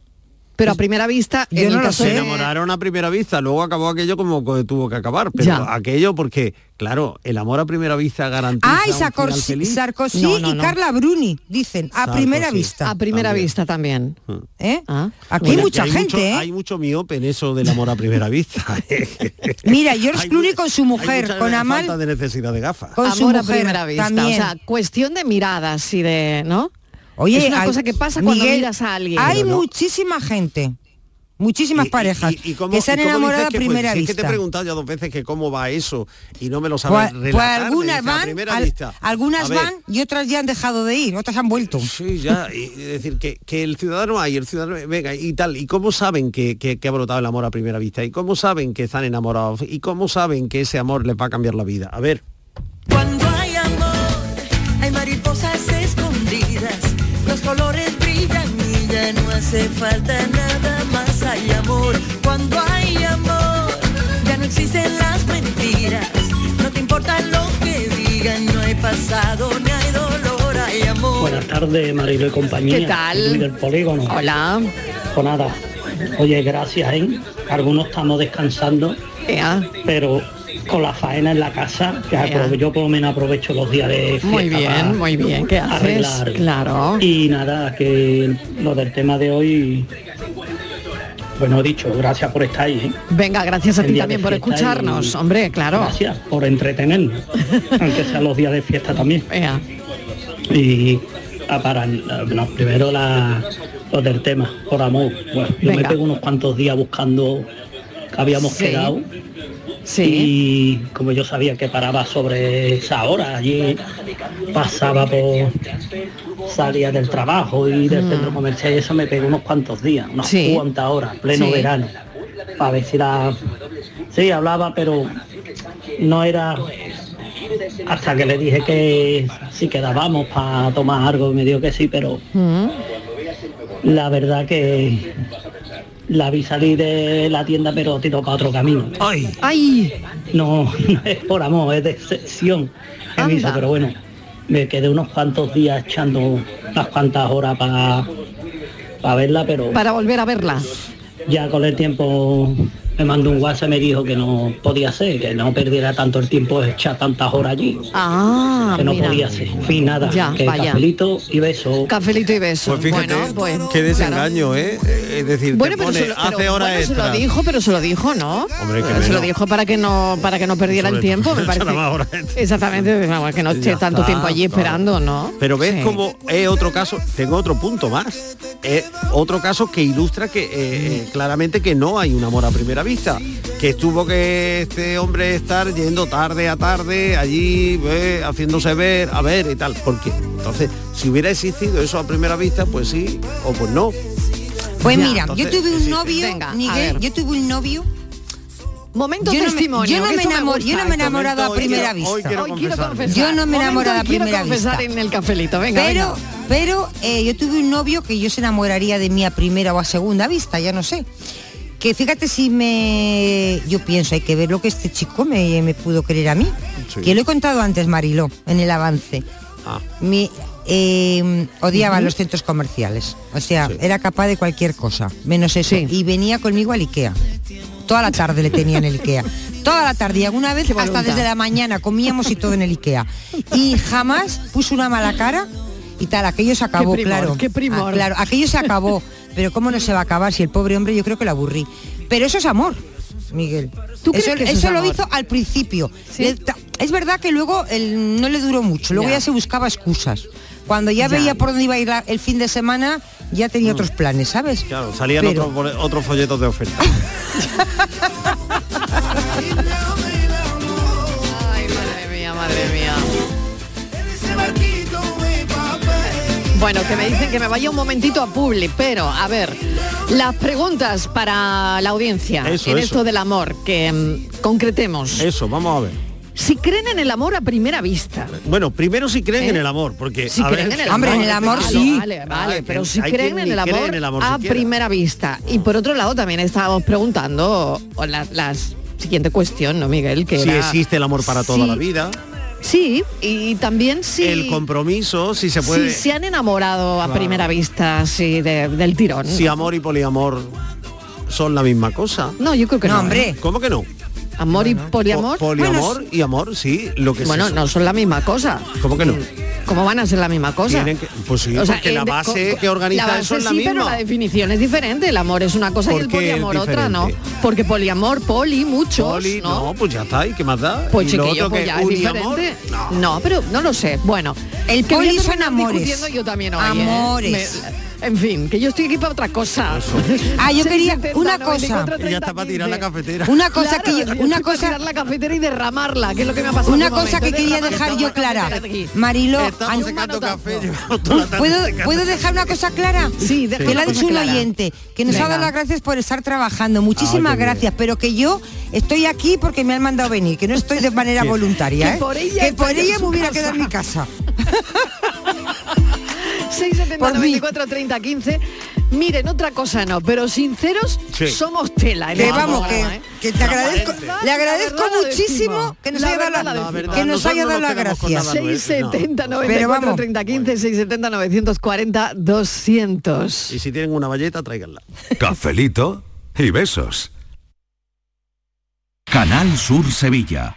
S5: Pero a primera vista, en el caso
S6: Se
S5: de-
S6: enamoraron a primera vista, luego acabó aquello como co- tuvo que acabar. Pero
S5: Ya.
S6: aquello porque, claro, el amor a primera vista garantiza.
S7: Ah, y
S6: un final
S7: Sarkozy,
S6: feliz.
S7: Sarkozy
S5: No, no,
S7: y
S5: no.
S7: Carla Bruni, dicen, a
S6: Sarkozy.
S7: primera vista.
S5: A primera vista también.
S7: ¿Eh? Aquí
S6: Mira,
S7: hay mucha
S6: Hmm. que
S7: gente,
S6: mucho-
S7: ¿eh?
S6: Ah, Hay mucho miope en eso del amor a primera vista. ¿eh?
S7: Mira, George Clooney con su
S6: Hay
S7: mujer,
S6: mucha
S7: con Amal,
S6: falta de necesidad de gafas.
S7: con su
S5: Amor a
S7: mujer
S5: primera vista. O
S7: también.
S5: sea, cuestión de miradas y de... ¿No?
S7: Oye,
S5: es una
S7: hay-
S5: cosa que pasa cuando
S7: Miguel,
S5: miras a alguien.
S7: Hay
S5: Pero no-
S7: muchísima gente, muchísimas parejas
S6: ¿Y cómo-
S7: que se han
S6: y cómo
S7: enamorado
S6: dices
S7: a
S6: que fue?
S7: primera
S6: Si es
S7: vista.
S6: que te he preguntado ya dos veces que cómo va eso y no me lo
S7: pues,
S6: sabes
S7: pues
S6: relatar. me
S7: algunas
S6: dice, a
S7: van,
S6: primera
S7: al-
S6: vista. A
S7: algunas
S6: ver,
S7: van y otras ya han dejado de ir, otras han vuelto.
S6: Sí, ya, y- y decir, que, que el ciudadano hay, el ciudadano venga y tal, y cómo saben que, que- que ha brotado el amor a primera vista, y cómo saben que están enamorados, y cómo saben que ese amor les va a cambiar la vida. A ver,
S19: Cuando hay amor, hay mariposas escondidas, los colores brillan y ya no hace falta nada más. Hay amor, cuando hay amor, ya no existen las mentiras, no te importa lo que digan, no hay pasado ni hay dolor, hay amor.
S20: Buenas tardes, Marilo y compañía.
S19: ¿Qué tal?
S20: Luis del polígono.
S5: Hola.
S20: Pues nada, oye, gracias, ¿eh? Algunos estamos descansando, pero con la faena en la casa, que
S5: Ea.
S20: apro- yo por lo menos aprovecho los días de fiesta
S5: Muy bien,
S20: para
S5: muy bien, ¿qué haces?
S20: arreglar.
S5: Claro.
S20: Y nada, que lo del tema de hoy, bueno dicho, gracias por estar ahí, ¿eh?
S5: Venga, gracias a
S20: El
S5: ti
S20: día de
S5: también por
S20: fiesta
S5: escucharnos.
S20: y-
S5: Hombre, claro.
S20: Gracias por entretenernos, aunque sean los días de fiesta también.
S5: Ea.
S20: Y ah, para, no, primero la, lo del tema, por amor. Bueno, yo me
S5: Venga.
S20: pego unos cuantos días buscando que habíamos
S5: Sí.
S20: quedado. Y como yo sabía que paraba sobre esa hora, allí pasaba por salía del trabajo y del centro comercial y eso me pegó unos cuantos días, unas
S5: Mm. Sí.
S20: cuantas horas, pleno
S5: Sí.
S20: verano, para ver si la... Sí, hablaba, pero no era... Hasta que le dije que si quedábamos para tomar algo, y me dijo que sí, pero la verdad que la vi salir de la tienda, pero tiró para otro camino.
S6: ¡Ay!
S5: ¡Ay!
S20: No, no es por amor, es decepción. que me hizo, pero bueno, me quedé unos cuantos días echando unas cuantas horas para verla, pero
S5: Para volver a verla.
S20: ya con el tiempo me mandó un WhatsApp y me dijo que no podía ser, que no perdiera tanto el tiempo de echar tantas horas allí.
S5: Ah,
S20: que no
S5: mira.
S20: podía ser. En fin, nada,
S5: Ya,
S20: que
S5: vaya.
S20: cafelito y beso.
S5: Cafelito y beso.
S6: Pues fíjate,
S5: bueno, pues,
S6: qué
S5: claro.
S6: desengaño, ¿eh? Es decir, te
S5: Bueno, pero,
S6: pone,
S5: se lo, pero
S6: hace hora
S5: bueno, se lo
S6: extra.
S5: dijo, pero se lo dijo, ¿no?
S6: Hombre, qué
S5: se
S6: pena.
S5: lo dijo para que no para que no perdiera el
S6: Sobre-
S5: tiempo, me
S6: Echa
S5: parece.
S6: la más hora
S5: Exactamente, vamos, que no esté
S6: eh. Ya
S5: tanto
S6: está,
S5: tiempo allí
S6: claro.
S5: esperando, ¿no?
S6: Pero ves
S5: Sí.
S6: como es otro caso, tengo otro punto más, es otro caso que ilustra que eh, eh, claramente que no hay un amor a primera vista, que estuvo que este hombre estar yendo tarde a tarde allí, eh, haciéndose ver, a ver y tal, porque entonces si hubiera existido eso a primera vista, pues sí o pues no.
S7: Pues
S6: Ya,
S7: mira,
S6: entonces,
S7: yo tuve un
S6: existe.
S7: novio,
S5: Venga, a
S7: Miguel,
S5: ver.
S7: yo tuve un novio.
S5: Momento
S7: yo no me,
S5: testimonio.
S7: yo no
S5: que
S7: me
S5: esto
S7: enamor-
S5: gusta.
S7: yo no me he enamorado a primera vista. Yo no me he
S5: Momento
S7: enamorado a
S5: y quiero
S7: primera
S5: confesar
S7: vista.
S5: en el cafelito, venga.
S7: pero,
S5: venga.
S7: pero eh, yo tuve un novio que yo se enamoraría de mí a primera o a segunda vista, ya no sé. Que fíjate si me... Yo pienso, hay que ver lo que este chico me, me pudo querer a mí.
S2: Sí.
S7: Que lo he contado antes, Mariló, en el avance. Me, eh, odiaba
S2: Ujú.
S7: los centros comerciales. O sea, era capaz de cualquier cosa, menos eso. Y venía conmigo al Ikea. Toda la tarde le tenía en el Ikea. Toda la tarde y alguna vez hasta
S2: voluntad.
S7: desde la mañana comíamos y todo en el Ikea. Y jamás puso una mala cara y tal, aquello se acabó,
S5: primor,
S7: claro.
S5: qué primor.
S7: Ah, claro, aquello se acabó. Pero cómo no se va a acabar si el pobre hombre yo creo que lo aburrí. Pero eso es amor, Miguel.
S2: ¿Tú
S7: eso
S2: crees que eso es
S7: eso lo
S2: amor?
S7: hizo al principio. Le- ta- es verdad que luego el- no le duró mucho, luego
S2: Ya.
S7: ya, se buscaba excusas. Cuando ya,
S6: Ya.
S7: veía por dónde iba a ir la- el fin de semana, ya
S5: Mm.
S7: tenía otros planes, ¿sabes?
S6: Claro, Pues salían
S7: Pero-
S6: otros otros folletos de oferta.
S5: Ay, madre mía, madre mía. Bueno, que me dicen que me vaya un momentito a Publi, pero a ver, las preguntas para la audiencia
S6: Eso,
S5: en
S6: eso.
S5: esto del amor, que mm, concretemos.
S6: Eso, vamos a ver.
S5: Si creen en el amor a primera vista.
S6: Bueno, primero si creen
S5: ¿Eh?
S6: en el amor, porque
S5: Si
S6: a
S5: creen
S6: ver-
S5: en el amor. Vale, Vale, vale,
S6: Ah,
S5: pero
S6: que
S5: si
S6: hay
S5: creen
S6: quien
S5: en el,
S6: ni
S5: amor,
S6: cree en el amor
S5: a
S6: siquiera.
S5: primera vista. Y por otro lado también estábamos preguntando o la, las siguiente cuestión, ¿no, Miguel? Que
S6: Si
S5: era-
S6: existe el amor para toda
S5: Sí.
S6: la vida,
S5: Sí, y también si...
S6: el compromiso, si se puede,
S5: Si se han enamorado a
S6: Claro.
S5: primera vista, sí, de- del tirón.
S6: si amor y poliamor son la misma cosa.
S5: No, yo creo que no. ¿eh?
S6: ¿Cómo que no?
S5: Amor y poliamor.
S6: Po- poliamor y amor, sí, lo que
S5: Bueno,
S6: se-
S5: no son la misma cosa.
S6: ¿Cómo que no?
S5: ¿Cómo van a ser la misma cosa?
S6: Tienen que- pues sí,
S5: O sea,
S6: porque la
S5: el de-
S6: base
S5: co- co-
S6: que organiza
S5: la base
S6: eso es la
S5: sí,
S6: misma.
S5: pero la definición es diferente. El amor es una cosa y
S6: ¿Por
S5: el
S6: qué es
S5: poliamor otra, ¿no?
S6: diferente?
S5: Porque poliamor, poli, muchos,
S6: Poli,
S5: ¿no?
S6: no. pues ya está, ¿y qué más da?
S5: Pues
S6: y lo
S5: chiquillo,
S6: otro
S5: pues
S6: que
S5: ya es
S6: uniamor,
S5: diferente. No. pero no lo sé. Bueno, el que voy a
S7: poli son
S5: terminar
S7: amores.
S5: discutiendo yo también hoy, ¿eh?
S7: Amores.
S5: Me- en fin, que yo estoy aquí para otra cosa.
S7: Ah, yo quería
S5: 670,
S7: una
S5: 94,
S7: cosa.
S5: 30,
S6: tirar la cafetera.
S7: Una cosa
S5: Claro,
S7: que yo-
S5: yo estoy
S7: una
S5: para
S7: cosa
S5: tirar la cafetera y derramarla, que es lo que me ha pasado.
S7: Una
S5: de momento,
S7: cosa que
S5: he
S7: quería
S5: derramado
S7: dejar
S5: la
S7: yo
S5: cafetera
S7: clara.
S5: de aquí.
S7: Marilo,
S5: Estamos
S7: an-
S5: secando café,
S6: llevamos toda la tarde
S7: ¿Puedo,
S6: secando.
S7: ¿Puedo dejar una cosa clara?
S5: Sí, deja
S7: Que
S5: una
S7: la ha
S5: cosa
S7: dicho un
S5: clara.
S7: oyente, que nos
S5: Venga.
S7: ha dado las gracias por estar trabajando. Muchísimas
S5: Ay, qué bien.
S7: gracias, pero que yo estoy aquí porque me han mandado venir, que no estoy de manera
S5: Bien.
S7: voluntaria.
S5: Que
S7: ¿eh?
S5: por ella
S7: Que por
S5: estaría
S7: ella
S5: en
S7: me
S5: su
S7: hubiera
S5: casa.
S7: quedado en mi casa.
S5: 670 94 30 15. Miren, otra cosa no, pero sinceros
S7: Sí.
S5: somos tela. en
S7: Que
S5: este
S7: vamos,
S5: programa,
S7: que-
S5: ¿eh?
S7: que te agradezco-
S5: Transparente.
S7: le agradezco
S5: La verdad la
S7: muchísimo
S5: decimos.
S7: que nos
S5: La
S7: haya dado
S5: verdad la
S7: la-
S5: decimos.
S7: que nos
S6: Nosotros
S7: haya dado
S6: no nos
S7: las
S6: quedamos con
S7: gracias.
S6: nada nuevo,
S5: 670
S6: no.
S5: 94
S6: vamos.
S5: 30 15 670 940 200
S6: Y si tienen una valleta, tráiganla.
S8: Cafelito y besos. Canal Sur Sevilla.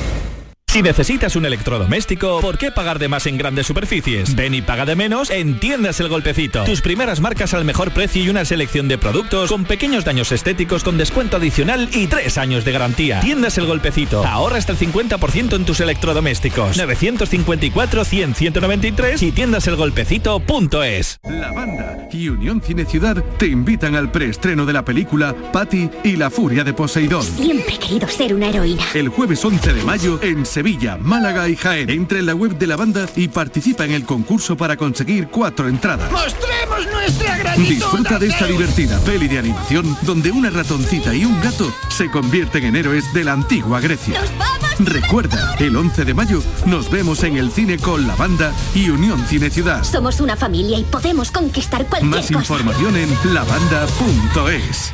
S21: Si necesitas un electrodoméstico, ¿por qué pagar de más en grandes superficies? Ven y paga de menos en Tiendas El Golpecito. Tus primeras marcas al mejor precio y una selección de productos con pequeños daños estéticos con descuento adicional y tres años de garantía. Tiendas El Golpecito. Ahorra hasta el 50% en tus electrodomésticos. 954-100-193 y tiendaselgolpecito.es.
S8: La banda y Unión Cine Ciudad te invitan al preestreno de la película Patty y la furia de Poseidón.
S22: Siempre he querido ser una heroína.
S8: El jueves 11 de mayo en Sevilla, Málaga y Jaén. Entra en la web de la banda y participa en el concurso para conseguir cuatro entradas.
S18: ¡Mostremos nuestra
S8: Disfruta de esta divertida peli de animación donde una ratoncita y un gato se convierten en héroes de la antigua Grecia. Recuerda, el 11 de mayo nos vemos en el cine con la banda y Unión Cine Ciudad.
S22: Somos una familia y podemos conquistar cualquier
S8: Más
S22: cosa.
S8: información en lavanda.es.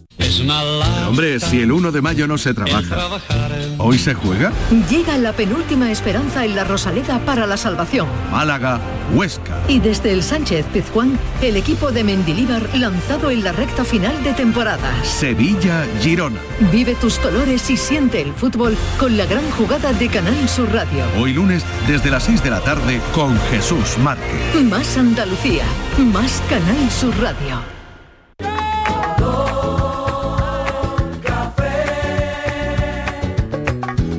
S8: Pero, hombre, si el 1 de mayo no se trabaja, ¿hoy se juega?
S10: Llega la penúltima esperanza en la Rosaleda para la salvación.
S8: Málaga, Huesca.
S10: Y desde el Sánchez Pizjuán, el equipo de Mendilíbar lanzado en la recta final de temporada.
S8: Sevilla, Girona.
S10: Vive tus colores y siente el fútbol con la gran jugada de Canal Sur Radio.
S8: Hoy lunes desde las 6 de la tarde con Jesús Márquez.
S10: Más Andalucía, más Canal Sur Radio.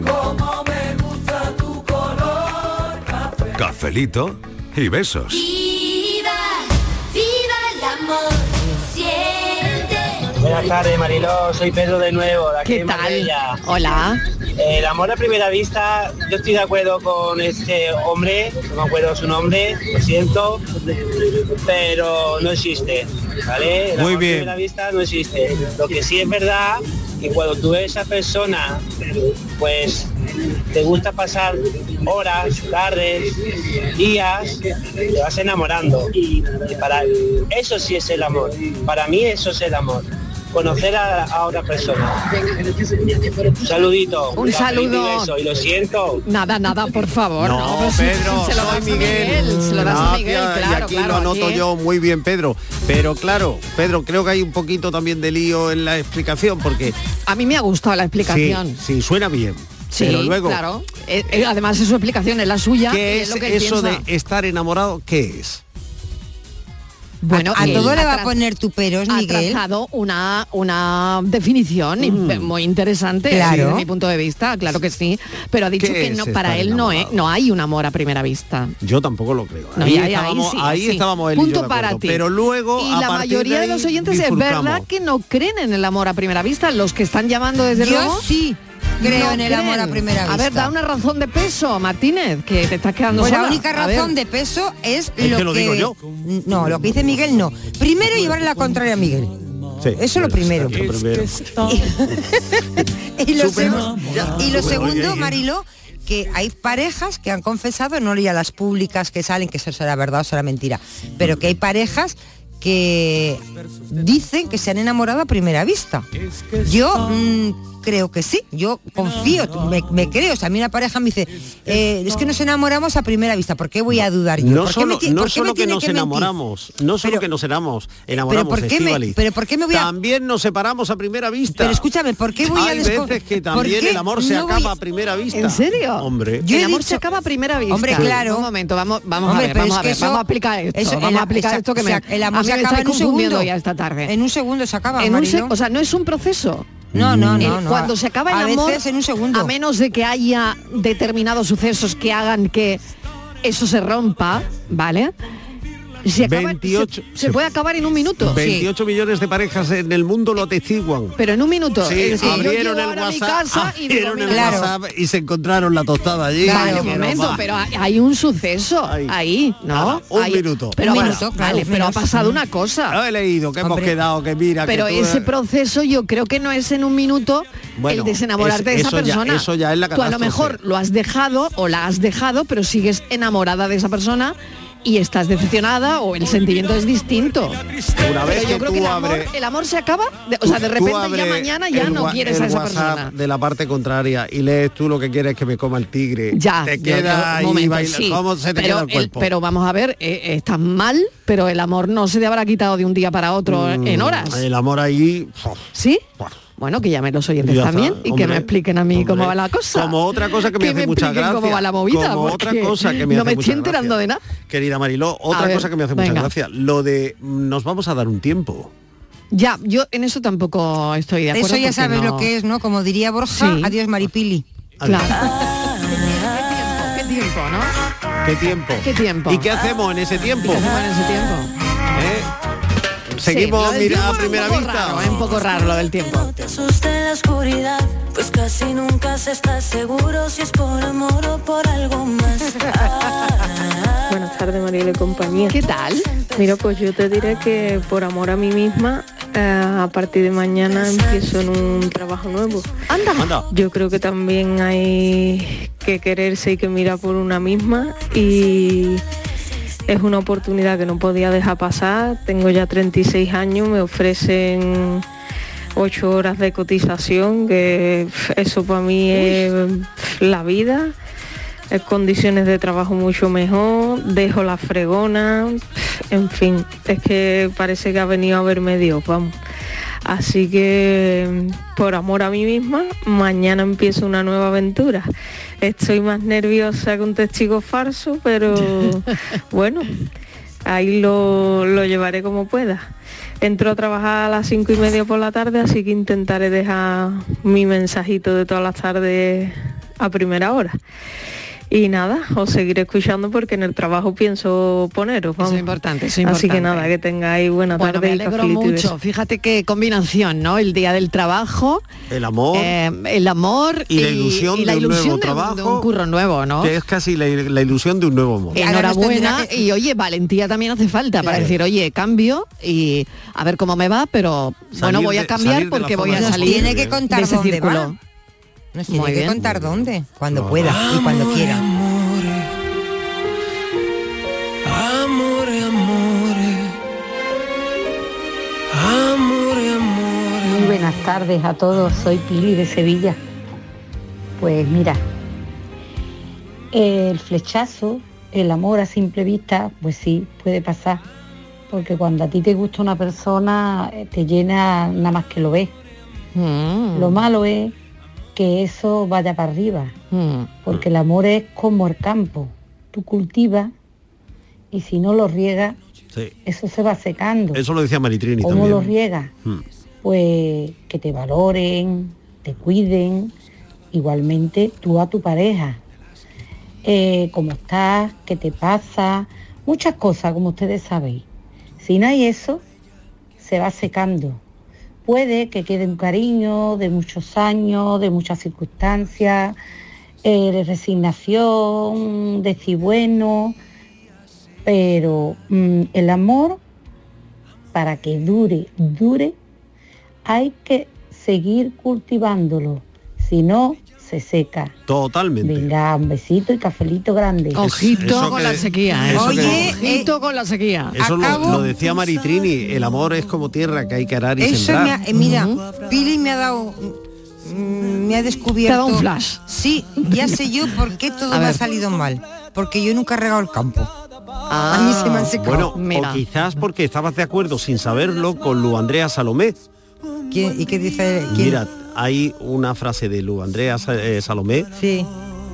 S18: Como me gusta tu color.
S23: Cafelito y besos.
S18: Viva, viva el amor. Siente.
S9: Buenas tardes, Mariló. Soy Pedro de nuevo. de aquí
S5: ¿Qué
S9: de
S5: tal?
S9: Marbella.
S5: Hola.
S9: Eh, El amor a primera vista, yo estoy de acuerdo con este hombre, no me acuerdo su nombre, lo siento, pero no existe, ¿vale? El
S6: Muy
S9: amor
S6: bien.
S9: a primera vista no existe. Lo que sí es verdad, que cuando tú ves a esa persona, pues te gusta pasar horas, tardes, días, te vas enamorando. Y para eso sí es el amor. Para mí eso es el amor. Conocer a, a otra persona. Un saludito.
S5: Un
S9: cafelito
S5: saludo.
S9: Y, beso, y lo siento.
S5: Nada, nada, por favor.
S9: No,
S5: pues sí,
S9: Pedro,
S5: se lo
S9: soy
S5: das a
S9: Miguel.
S5: Se lo das a Miguel,
S6: Gracias,
S5: claro,
S6: y aquí
S5: claro,
S6: lo anoto
S5: aquí.
S6: yo muy bien, Pedro. Pero claro, Pedro, creo que hay un poquito también de lío en la explicación, porque
S5: A mí me ha gustado la explicación.
S6: sí, sí, suena bien.
S5: Sí,
S6: pero luego,
S5: claro. Eh, eh, además es su explicación, es la suya. y
S7: eh,
S6: ¿qué
S5: es
S6: es
S5: lo que él
S6: eso
S5: piensa.
S6: de estar enamorado? ¿Qué es?
S5: Bueno,
S7: a
S5: él
S7: todo le va
S5: atra-
S7: a poner tu peros,
S5: ha
S7: Miguel.
S5: trazado una, una definición imp-
S6: Mm.
S5: muy interesante
S7: Claro.
S5: desde mi punto de vista, claro que sí, pero ha dicho
S6: ¿Qué
S5: que
S6: es
S5: no,
S6: estar
S5: para él no, es- no hay un amor a primera vista.
S6: Yo tampoco lo creo.
S5: No,
S6: ahí
S5: ya, ya, ahí
S6: estábamos,
S5: sí,
S6: ahí
S5: sí.
S6: estábamos él y yo
S5: Punto
S6: de
S5: para
S6: acuerdo,
S5: ti.
S6: Pero luego
S5: y
S6: a
S5: la
S6: partir
S5: mayoría de,
S6: ahí,
S5: los oyentes es
S6: bifurcamos.
S5: verdad que no creen en el amor a primera vista, los que están llamando desde
S7: Yo
S5: luego.
S7: sí creo en el amor a primera
S5: A ver,
S7: vista.
S5: da una razón de peso, Martínez, que te estás quedando
S7: Pues la
S5: sola.
S7: única
S5: A ver.
S7: razón de peso es,
S5: Es
S7: lo
S5: que lo digo yo.
S7: No, lo que dice Miguel no. Primero llevarle la contraria a Miguel. Eso es lo primero. Y lo,
S18: Superman.
S7: segu- y
S18: Superman.
S7: lo segundo,
S18: Oye,
S7: Marilo, que hay parejas que han confesado, no leía las públicas que salen, que eso será verdad o será mentira, pero que hay parejas que dicen que se han enamorado a primera vista. Yo mm, creo que sí, yo confío, me, me creo. O sea, a mí una pareja me dice, eh, es que nos enamoramos a primera vista, ¿por qué voy a dudar yo?
S6: No
S7: ¿Por qué
S6: solo,
S7: me ti-
S6: no
S7: por qué me
S6: solo que
S7: tiene
S6: nos
S7: mentir?
S6: enamoramos, no solo que nos enamoramos,
S7: Pero
S6: enamoramos
S7: ¿por, qué me,
S6: Estíbaliz.
S7: pero ¿por qué me voy a
S6: También nos separamos a primera vista.
S7: Pero escúchame, ¿por qué voy a
S6: Hay
S7: desco-
S6: veces que
S7: ¿por
S6: también
S7: qué
S6: el amor se
S7: no voy-
S6: acaba a primera vista.
S5: ¿En serio?
S6: Hombre.
S5: el amor se acaba a primera vista.
S7: Hombre, claro.
S5: Un momento, vamos, vamos
S7: Hombre,
S5: a ver,
S7: pero
S5: vamos
S7: es
S5: a
S7: que
S5: ver,
S7: eso-
S5: vamos a aplicar esto.
S7: eso,
S5: vamos
S7: el-
S5: a aplicar
S7: se-
S5: esto que
S7: se-
S5: me,
S7: el amor
S5: a mí
S7: se
S5: me
S7: acaba
S5: estáis
S7: en un
S5: confundiendo
S7: segundo.
S5: ya esta tarde.
S7: En un segundo se acaba,
S5: En un se-
S7: Marilo.
S5: o sea, no es un proceso.
S7: No, no,
S5: El-
S7: no, no.
S5: Cuando se acaba el
S7: A
S5: amor,
S7: veces en un segundo.
S5: a menos de que haya determinados sucesos que hagan que eso se rompa, ¿vale? Se, acaba- se-
S6: 28
S5: se, puede acabar en un minuto.
S6: 28 millones de parejas en el mundo lo atestiguan.
S5: Pero en un minuto.
S6: Sí,
S5: Es que yo
S6: abrieron
S5: llego
S6: el
S5: ahora a mi
S6: WhatsApp,
S5: casa y digo,
S6: abrieron el
S5: mira,
S6: WhatsApp y se encontraron la tostada allí.
S5: Vale,
S6: Pero
S5: un momento,
S6: va.
S5: pero hay- hay un suceso ahí, ¿no?
S6: Nada, un
S5: Hay-
S6: minuto.
S5: Pero
S6: Un
S5: bueno,
S6: minuto, claro,
S5: vale,
S6: un
S5: pero ha
S6: minuto.
S5: pasado una cosa.
S6: No he leído que hemos quedado, que mira,
S5: pero
S6: que tú- eh,
S5: ese proceso yo creo que no es en un minuto
S6: Bueno,
S5: el desenamorarte
S6: es-
S5: de esa
S6: eso ya-
S5: persona.
S6: eso ya es la
S5: Tú a lo
S6: catástrofe.
S5: mejor lo has dejado o la has dejado, pero sigues enamorada de esa persona y estás decepcionada o el sentimiento es distinto.
S6: Una vez
S5: Pero yo
S6: que
S5: creo
S6: tú
S5: que el amor,
S6: abres-
S5: el amor se acaba, de- o sea, de
S6: Tú
S5: repente ya
S6: abres
S5: mañana ya
S6: el
S5: no
S6: wa-
S5: quieres
S6: el
S5: a esa
S6: WhatsApp
S5: persona.
S6: de la parte contraria y lees tú lo que quieres que me coma el tigre.
S5: Ya,
S6: te
S5: yo- yo-
S6: queda ahí
S5: momento,
S6: baila-
S5: sí.
S6: ¿Cómo se te
S5: pero
S6: queda el cuerpo?
S5: pero vamos a ver, eh, eh, estás mal, pero el amor no se te habrá quitado de un día para otro eh,
S6: Mm,
S5: en horas.
S6: El amor ahí.
S5: ¿Sí? Bueno, que llamen los oyentes
S6: Ya está,
S5: también y que
S6: hombre,
S5: me expliquen a mí cómo va la cosa.
S6: Como otra cosa que me hace mucha
S5: expliquen cómo
S6: gracia,
S5: va la movida.
S6: como
S5: porque
S6: otra cosa que me
S5: no
S6: hace
S5: me
S6: mucha
S5: estoy enterando de nada.
S6: Querida Mariló,
S5: A
S6: otra
S5: ver,
S6: cosa que me hace mucha
S5: venga.
S6: gracia. Lo de mm, nos vamos a dar un tiempo.
S5: Ya, yo en eso tampoco estoy de acuerdo.
S7: Eso ya
S5: porque
S7: sabes
S5: no-
S7: lo que es, ¿no? Como diría Borja,
S5: Sí.
S7: adiós Maripili.
S5: Claro. ¿Qué tiempo, no?
S6: ¿Qué tiempo?
S5: ¿Qué tiempo?
S6: ¿Y qué hacemos en ese tiempo?
S5: ¿Qué hacemos en ese tiempo?
S6: ¿Eh? Seguimos,
S5: lo del
S6: mira,
S5: tiempo
S6: a
S5: era
S6: primera
S5: un poco
S6: vista.
S5: raro, ¿eh? un poco raro lo del tiempo.
S19: te asusta en la oscuridad, pues casi nunca se está seguro si es por amor o por algo más.
S15: Buenas tardes, María y compañía.
S5: ¿Qué tal?
S15: Mira, pues yo te diré que por amor a mí misma, eh, a partir de mañana empiezo en un trabajo nuevo.
S5: Anda.
S15: Yo creo que también hay que quererse y que mirar por una misma y es una oportunidad que no podía dejar pasar. Tengo ya 36 años, me ofrecen 8 horas de cotización, que pf, eso para mí es pf, la vida. Eh, condiciones de trabajo mucho mejor, dejo la fregona, en fin, es que parece que ha venido a verme Dios, vamos. Así que por amor a mí misma, mañana empiezo una nueva aventura. Estoy más nerviosa que un testigo falso, pero bueno, ahí lo, lo llevaré como pueda. Entro a trabajar a las cinco y media por la tarde, así que intentaré dejar mi mensajito de todas las tardes a primera hora. Y nada, os seguiré escuchando porque en el trabajo pienso poneros. Vamos.
S5: importante, eso es
S15: Así que
S5: importante.
S15: nada, que tengáis buena
S5: Bueno, me
S15: tarde. y
S5: alegro
S15: cafelito y besos.
S5: mucho. Fíjate qué combinación, ¿no? El día del trabajo,
S6: El amor.
S5: eh, el amor
S6: Y la ilusión
S5: y la
S6: de un nuevo
S5: ilusión de de
S6: trabajo.
S5: un curro nuevo, ¿no? Eh,
S6: Que es casi la, la ilusión de un nuevo amor.
S5: Enhorabuena y oye, valentía también hace falta para
S6: Claro.
S5: decir, oye, cambio y a ver cómo me va, pero
S6: Salir
S5: bueno, voy
S6: de-
S5: a cambiar
S6: salir de la
S5: porque
S6: zona
S5: voy
S6: de
S5: a
S6: confort.
S5: salir.
S6: Tiene que
S7: contar
S5: de ese
S7: dónde
S5: círculo.
S7: va. Nos tiene
S5: Muy
S7: que
S5: bien. Ah,
S7: contar dónde,
S6: Ah.
S7: cuando pueda y cuando quiera.
S3: Amore, amore. Amore, amore.
S1: Muy buenas tardes a todos, soy Pili de Sevilla. Pues mira, el flechazo, el amor a simple vista, pues sí, puede pasar, porque cuando a ti te gusta una persona, eh, te llena nada más que lo ves. Lo malo es que eso vaya para arriba, porque el amor es como el campo, tú cultivas y si no lo riegas,
S6: Sí.
S1: eso se va secando.
S6: Eso lo decía Maritrini
S1: ¿Cómo lo
S6: también.
S1: riegas?
S6: Mm.
S1: pues que te valoren, te cuiden, igualmente tú a tu pareja, Eh, cómo estás, qué te pasa, muchas cosas como ustedes sabéis. Si no hay eso, se va secando. Puede que quede un cariño de muchos años, de muchas circunstancias, eh, de resignación, decir bueno, pero mm, el amor para que dure, dure, hay que seguir cultivándolo. Si no, se seca.
S6: Totalmente.
S1: Venga, un besito y cafelito grande.
S5: Ojito
S6: Eso
S5: con
S6: que-
S5: la sequía, ¿eh?
S6: eso que-
S5: ojito con la sequía.
S6: Eso lo, lo decía Maritrini, el amor es como tierra que hay que arar y
S7: Eso
S6: sembrar.
S7: me ha- eh, mira, Pili me ha dado, mm, me ha descubierto.
S5: Te ha dado un flash.
S7: Sí, ya sé yo por qué todo
S6: A
S7: me ha
S6: ver.
S7: salido mal, porque yo nunca he regado el campo.
S5: Ah.
S7: a mí se me han secado.
S6: Ah. Bueno, o quizás porque estabas de acuerdo sin saberlo con Lu Andrea Salomé.
S7: ¿Quién- ¿Y qué dice? quién?
S6: Mira, hay una frase de Lu Andrea Sa- eh, Salomé
S7: Sí.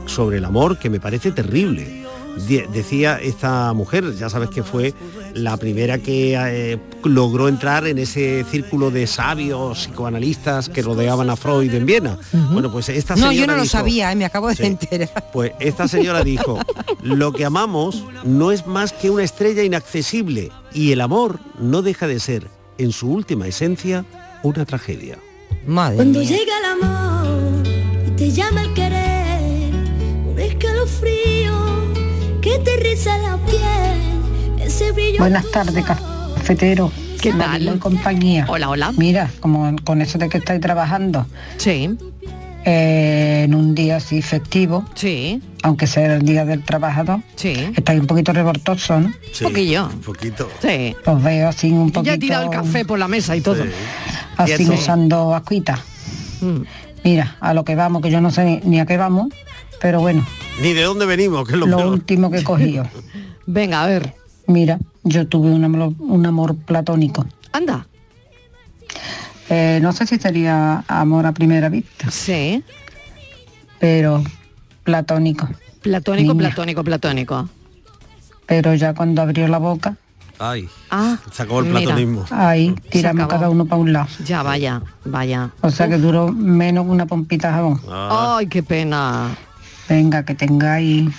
S6: sobre el amor que me parece terrible. De- decía esta mujer, ya sabes que fue la primera que eh, logró entrar en ese círculo de sabios psicoanalistas que rodeaban a Freud en Viena. Bueno, pues esta
S7: No,
S6: señora
S7: yo no lo
S6: dijo-
S7: sabía, eh, me acabo de
S6: Sí.
S7: enterar.
S6: Pues esta señora dijo, lo que amamos no es más que una estrella inaccesible y el amor no deja de ser, en su última esencia, una tragedia.
S7: Madre
S4: Cuando llega el amor y te llama el querer, un escalofrío que te riza la piel, ese brillo.
S24: Buenas tardes, cafetero. ¿Qué tal? En compañía. Hola, hola. Mira, como con eso de que estáis trabajando. Sí. en un día así festivo. Sí. Aunque sea el día del trabajador. Sí. Estáis un poquito revoltoso, ¿no?
S5: Un poquillo. Un
S6: poquito.
S5: Sí.
S24: Os veo así un poquito.
S5: Ya he tirado el café por la mesa y todo.
S24: Así
S5: Quieto.
S24: usando ascuita.
S5: Mm.
S24: Mira, a lo que vamos, que yo no sé ni, ni a qué vamos, pero bueno,
S6: Ni de dónde venimos, que es lo,
S24: lo
S6: peor.
S24: último que he cogido.
S5: Venga, a ver.
S24: Mira, yo tuve un amor, un amor platónico.
S5: Anda.
S24: Eh, no sé si sería amor a primera vista. Sí. Pero platónico.
S5: Platónico,
S24: Niña.
S5: platónico, platónico.
S24: Pero ya cuando abrió la boca,
S6: Ay.
S5: Ah,
S6: Sacó el
S5: mira.
S6: platonismo.
S24: ahí
S5: Se
S24: tiramos
S5: acabó.
S24: cada uno para un lado.
S5: Ya, vaya, vaya.
S24: O sea que duró menos que una
S6: Ah.
S24: pompita de jabón.
S5: Ay, qué pena.
S24: Venga, que tengáis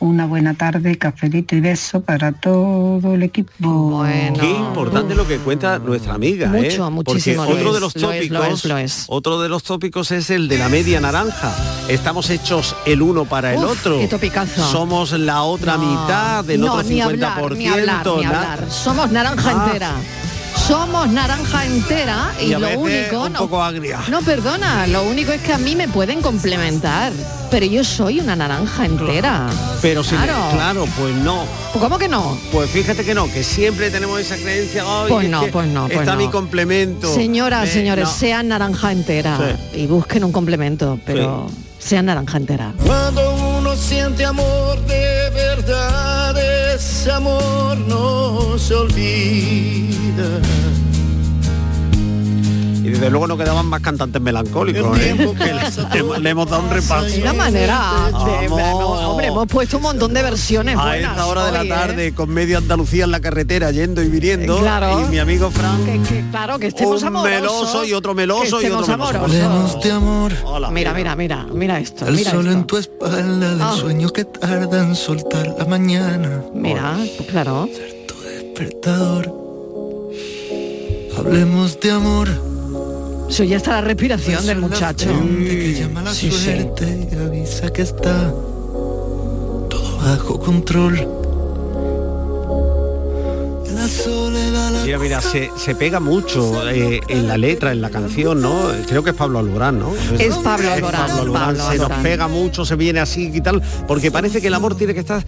S24: Una buena tarde, cafelito y beso para todo el equipo.
S6: Qué importante lo que cuenta nuestra amiga, ¿eh?
S24: Mucho, muchísimo
S6: Porque otro
S24: lo es,
S6: de los
S24: lo
S6: tópicos,
S24: es, lo es, lo
S6: otro de los tópicos es el de la media naranja. Estamos hechos el uno para el
S5: Uf,
S6: otro.
S5: qué topicazo.
S6: Somos la otra mitad del
S5: no,
S6: otro 50%.
S5: ni hablar, ni hablar, ni
S6: na-
S5: hablar. Somos naranja
S6: Ah.
S5: entera. Somos naranja entera y,
S6: Y a
S5: lo
S6: veces
S5: único
S6: un
S5: no,
S6: poco agria.
S5: Ah. no perdona, lo único es que a mí me pueden complementar, pero yo soy una naranja entera.
S6: Pero si
S5: claro.
S6: claro, pues no.
S5: ¿Cómo que no?
S6: Pues fíjate que no, que siempre tenemos esa creencia, "Ay,
S5: Pues
S6: es
S5: no,
S6: que
S5: pues no, pues
S6: está
S5: no.
S6: mi complemento.
S5: Señoras,
S6: Eh,
S5: señores,
S6: no.
S5: sean naranja entera
S6: Sí.
S5: y busquen un complemento, pero sean naranja entera.
S12: Cuando uno siente amor de verdad, ese amor no se olvida.
S6: Y desde luego no quedaban más cantantes melancólicos, ¿eh? Que le, hemos- le hemos dado un repaso.
S5: De una manera, de-
S6: Vamos.
S5: hombre, hemos puesto un montón de versiones.
S6: A
S5: buenas
S6: esta hora de la
S5: hoy, ¿eh?
S6: tarde, con media Andalucía en la carretera, yendo y viniendo,
S5: Claro.
S6: y mi amigo Frank,
S5: Que- que, claro, que estemos
S6: un
S5: amorosos.
S6: meloso y otro
S5: que
S6: meloso y
S5: estemos
S6: otro
S5: amorosos.
S12: Hablemos de amor.
S5: Mira, mira, mira, mira esto.
S12: Al
S5: mira
S12: sol
S5: esto.
S12: en tu espalda, del
S5: Ah.
S12: sueño que tarda en soltar la mañana.
S5: Mira, pues, claro.
S12: Despertador. Hablemos de amor.
S5: Eso ya está la respiración del muchacho.
S12: Que llama la
S5: Sí, sí.
S12: suerte y avisa que está todo bajo control. La soledad, la
S6: Mira, mira, se, se pega mucho eh, en la letra, en la canción, ¿no? Creo que es Pablo Alborán, ¿no?
S5: Es Pablo Alborán,
S6: Pablo Alborán,
S5: Pablo
S6: se nos
S5: Alborán.
S6: pega mucho, se viene así y tal, porque parece que el amor tiene que estar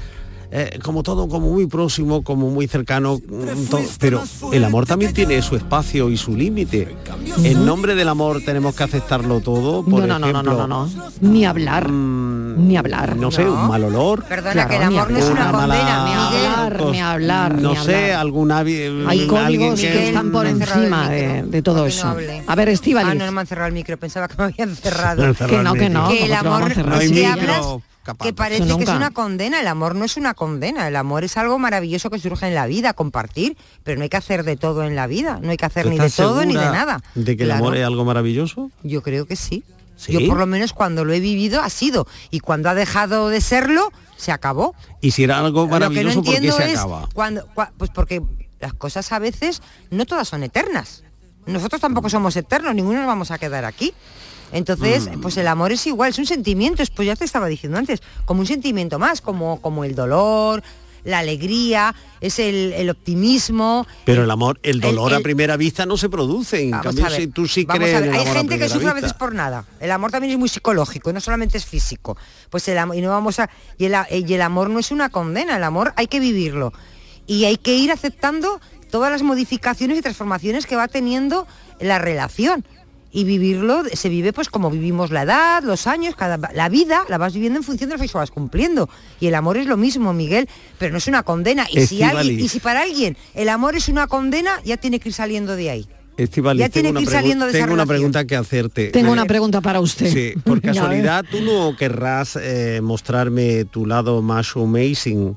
S6: eh, como todo, como muy próximo, como muy cercano, mm, to- pero el amor también tiene su espacio y su límite. En nombre del amor tenemos que aceptarlo todo, por
S5: No, no, no, no,
S6: ejemplo, mm,
S5: no, no, no. Ni hablar. ni hablar.
S6: no sé, un mal olor. Pues,
S5: Perdona, que el amor no es una condena, ni hablar, ni hablar,
S6: No
S5: ni
S6: sé,
S5: hablar.
S6: alguna eh,
S5: Hay códigos que, están por encima de, de todo eso. a ver,
S7: Ah,
S5: Estivali.
S7: no, no me han cerrado el micro, pensaba que me habían cerrado.
S5: Me han cerrado Que no, el que micro. no,
S7: Que el
S5: ¿cómo te lo van a
S7: amor,
S5: cerrar? No hay
S7: si
S5: micro
S7: hablas,
S5: capaz.
S7: que parece
S5: Eso
S7: que es
S5: nunca.
S7: una condena. El amor no es una condena. El amor es algo maravilloso que surge en la vida, compartir, pero no hay que hacer de todo en la vida. No hay que hacer
S6: ¿Tú
S7: ni de
S6: estás
S7: todo ni de
S6: segura
S7: nada.
S6: ¿De que el
S7: Claro.
S6: amor es algo maravilloso?
S7: Yo creo que sí.
S6: ¿Sí?
S7: Yo por lo menos cuando lo he vivido ha sido. Y cuando ha dejado de serlo, se acabó.
S6: Y si era algo
S7: Lo que no
S6: maravilloso, ¿por qué
S7: entiendo
S6: se
S7: es
S6: acaba?
S7: cuando- cua- pues porque las cosas a veces no todas son eternas.
S6: Mm.
S7: Nosotros tampoco somos eternos, ninguno nos vamos a quedar aquí. Entonces,
S6: Mm.
S7: pues el amor es igual, es un sentimiento, es- pues ya te estaba diciendo antes, como un sentimiento más, como, como el dolor, la alegría, es el, el optimismo.
S6: Pero el amor, el dolor
S7: el-
S6: a primera vista no se produce. En
S7: Vamos
S6: cambio,
S7: a ver,
S6: si tú sí
S7: vamos
S6: crees
S7: a
S6: en
S7: ver,
S6: el
S7: Hay
S6: amor a
S7: gente que
S6: primera
S7: sufre a
S6: vista.
S7: veces por nada. El amor también es muy psicológico, no solamente es físico. Pues el amor, y no vamos a. Y el, a- y el amor no es una condena, el amor hay que vivirlo. Y hay que ir aceptando todas las modificaciones y transformaciones que va teniendo la relación. Y vivirlo se vive pues como vivimos la edad, los años, cada, la vida la vas viviendo en función de lo que vas cumpliendo. Y el amor es lo mismo, Miguel, pero no es una condena. Y si,
S6: Estíbaliz.
S7: alguien, y si para alguien el amor es una condena, ya tiene que ir saliendo de ahí.
S6: Estíbaliz,
S7: Ya
S6: tengo
S7: tiene
S6: una
S7: que ir
S6: pregu-
S7: saliendo de esa
S6: Tengo una
S7: relación.
S6: pregunta que hacerte.
S5: Tengo
S6: Eh,
S5: una pregunta para usted.
S6: Sí, por
S5: Ya ves.
S6: casualidad tú no querrás eh, mostrarme tu lado más amazing.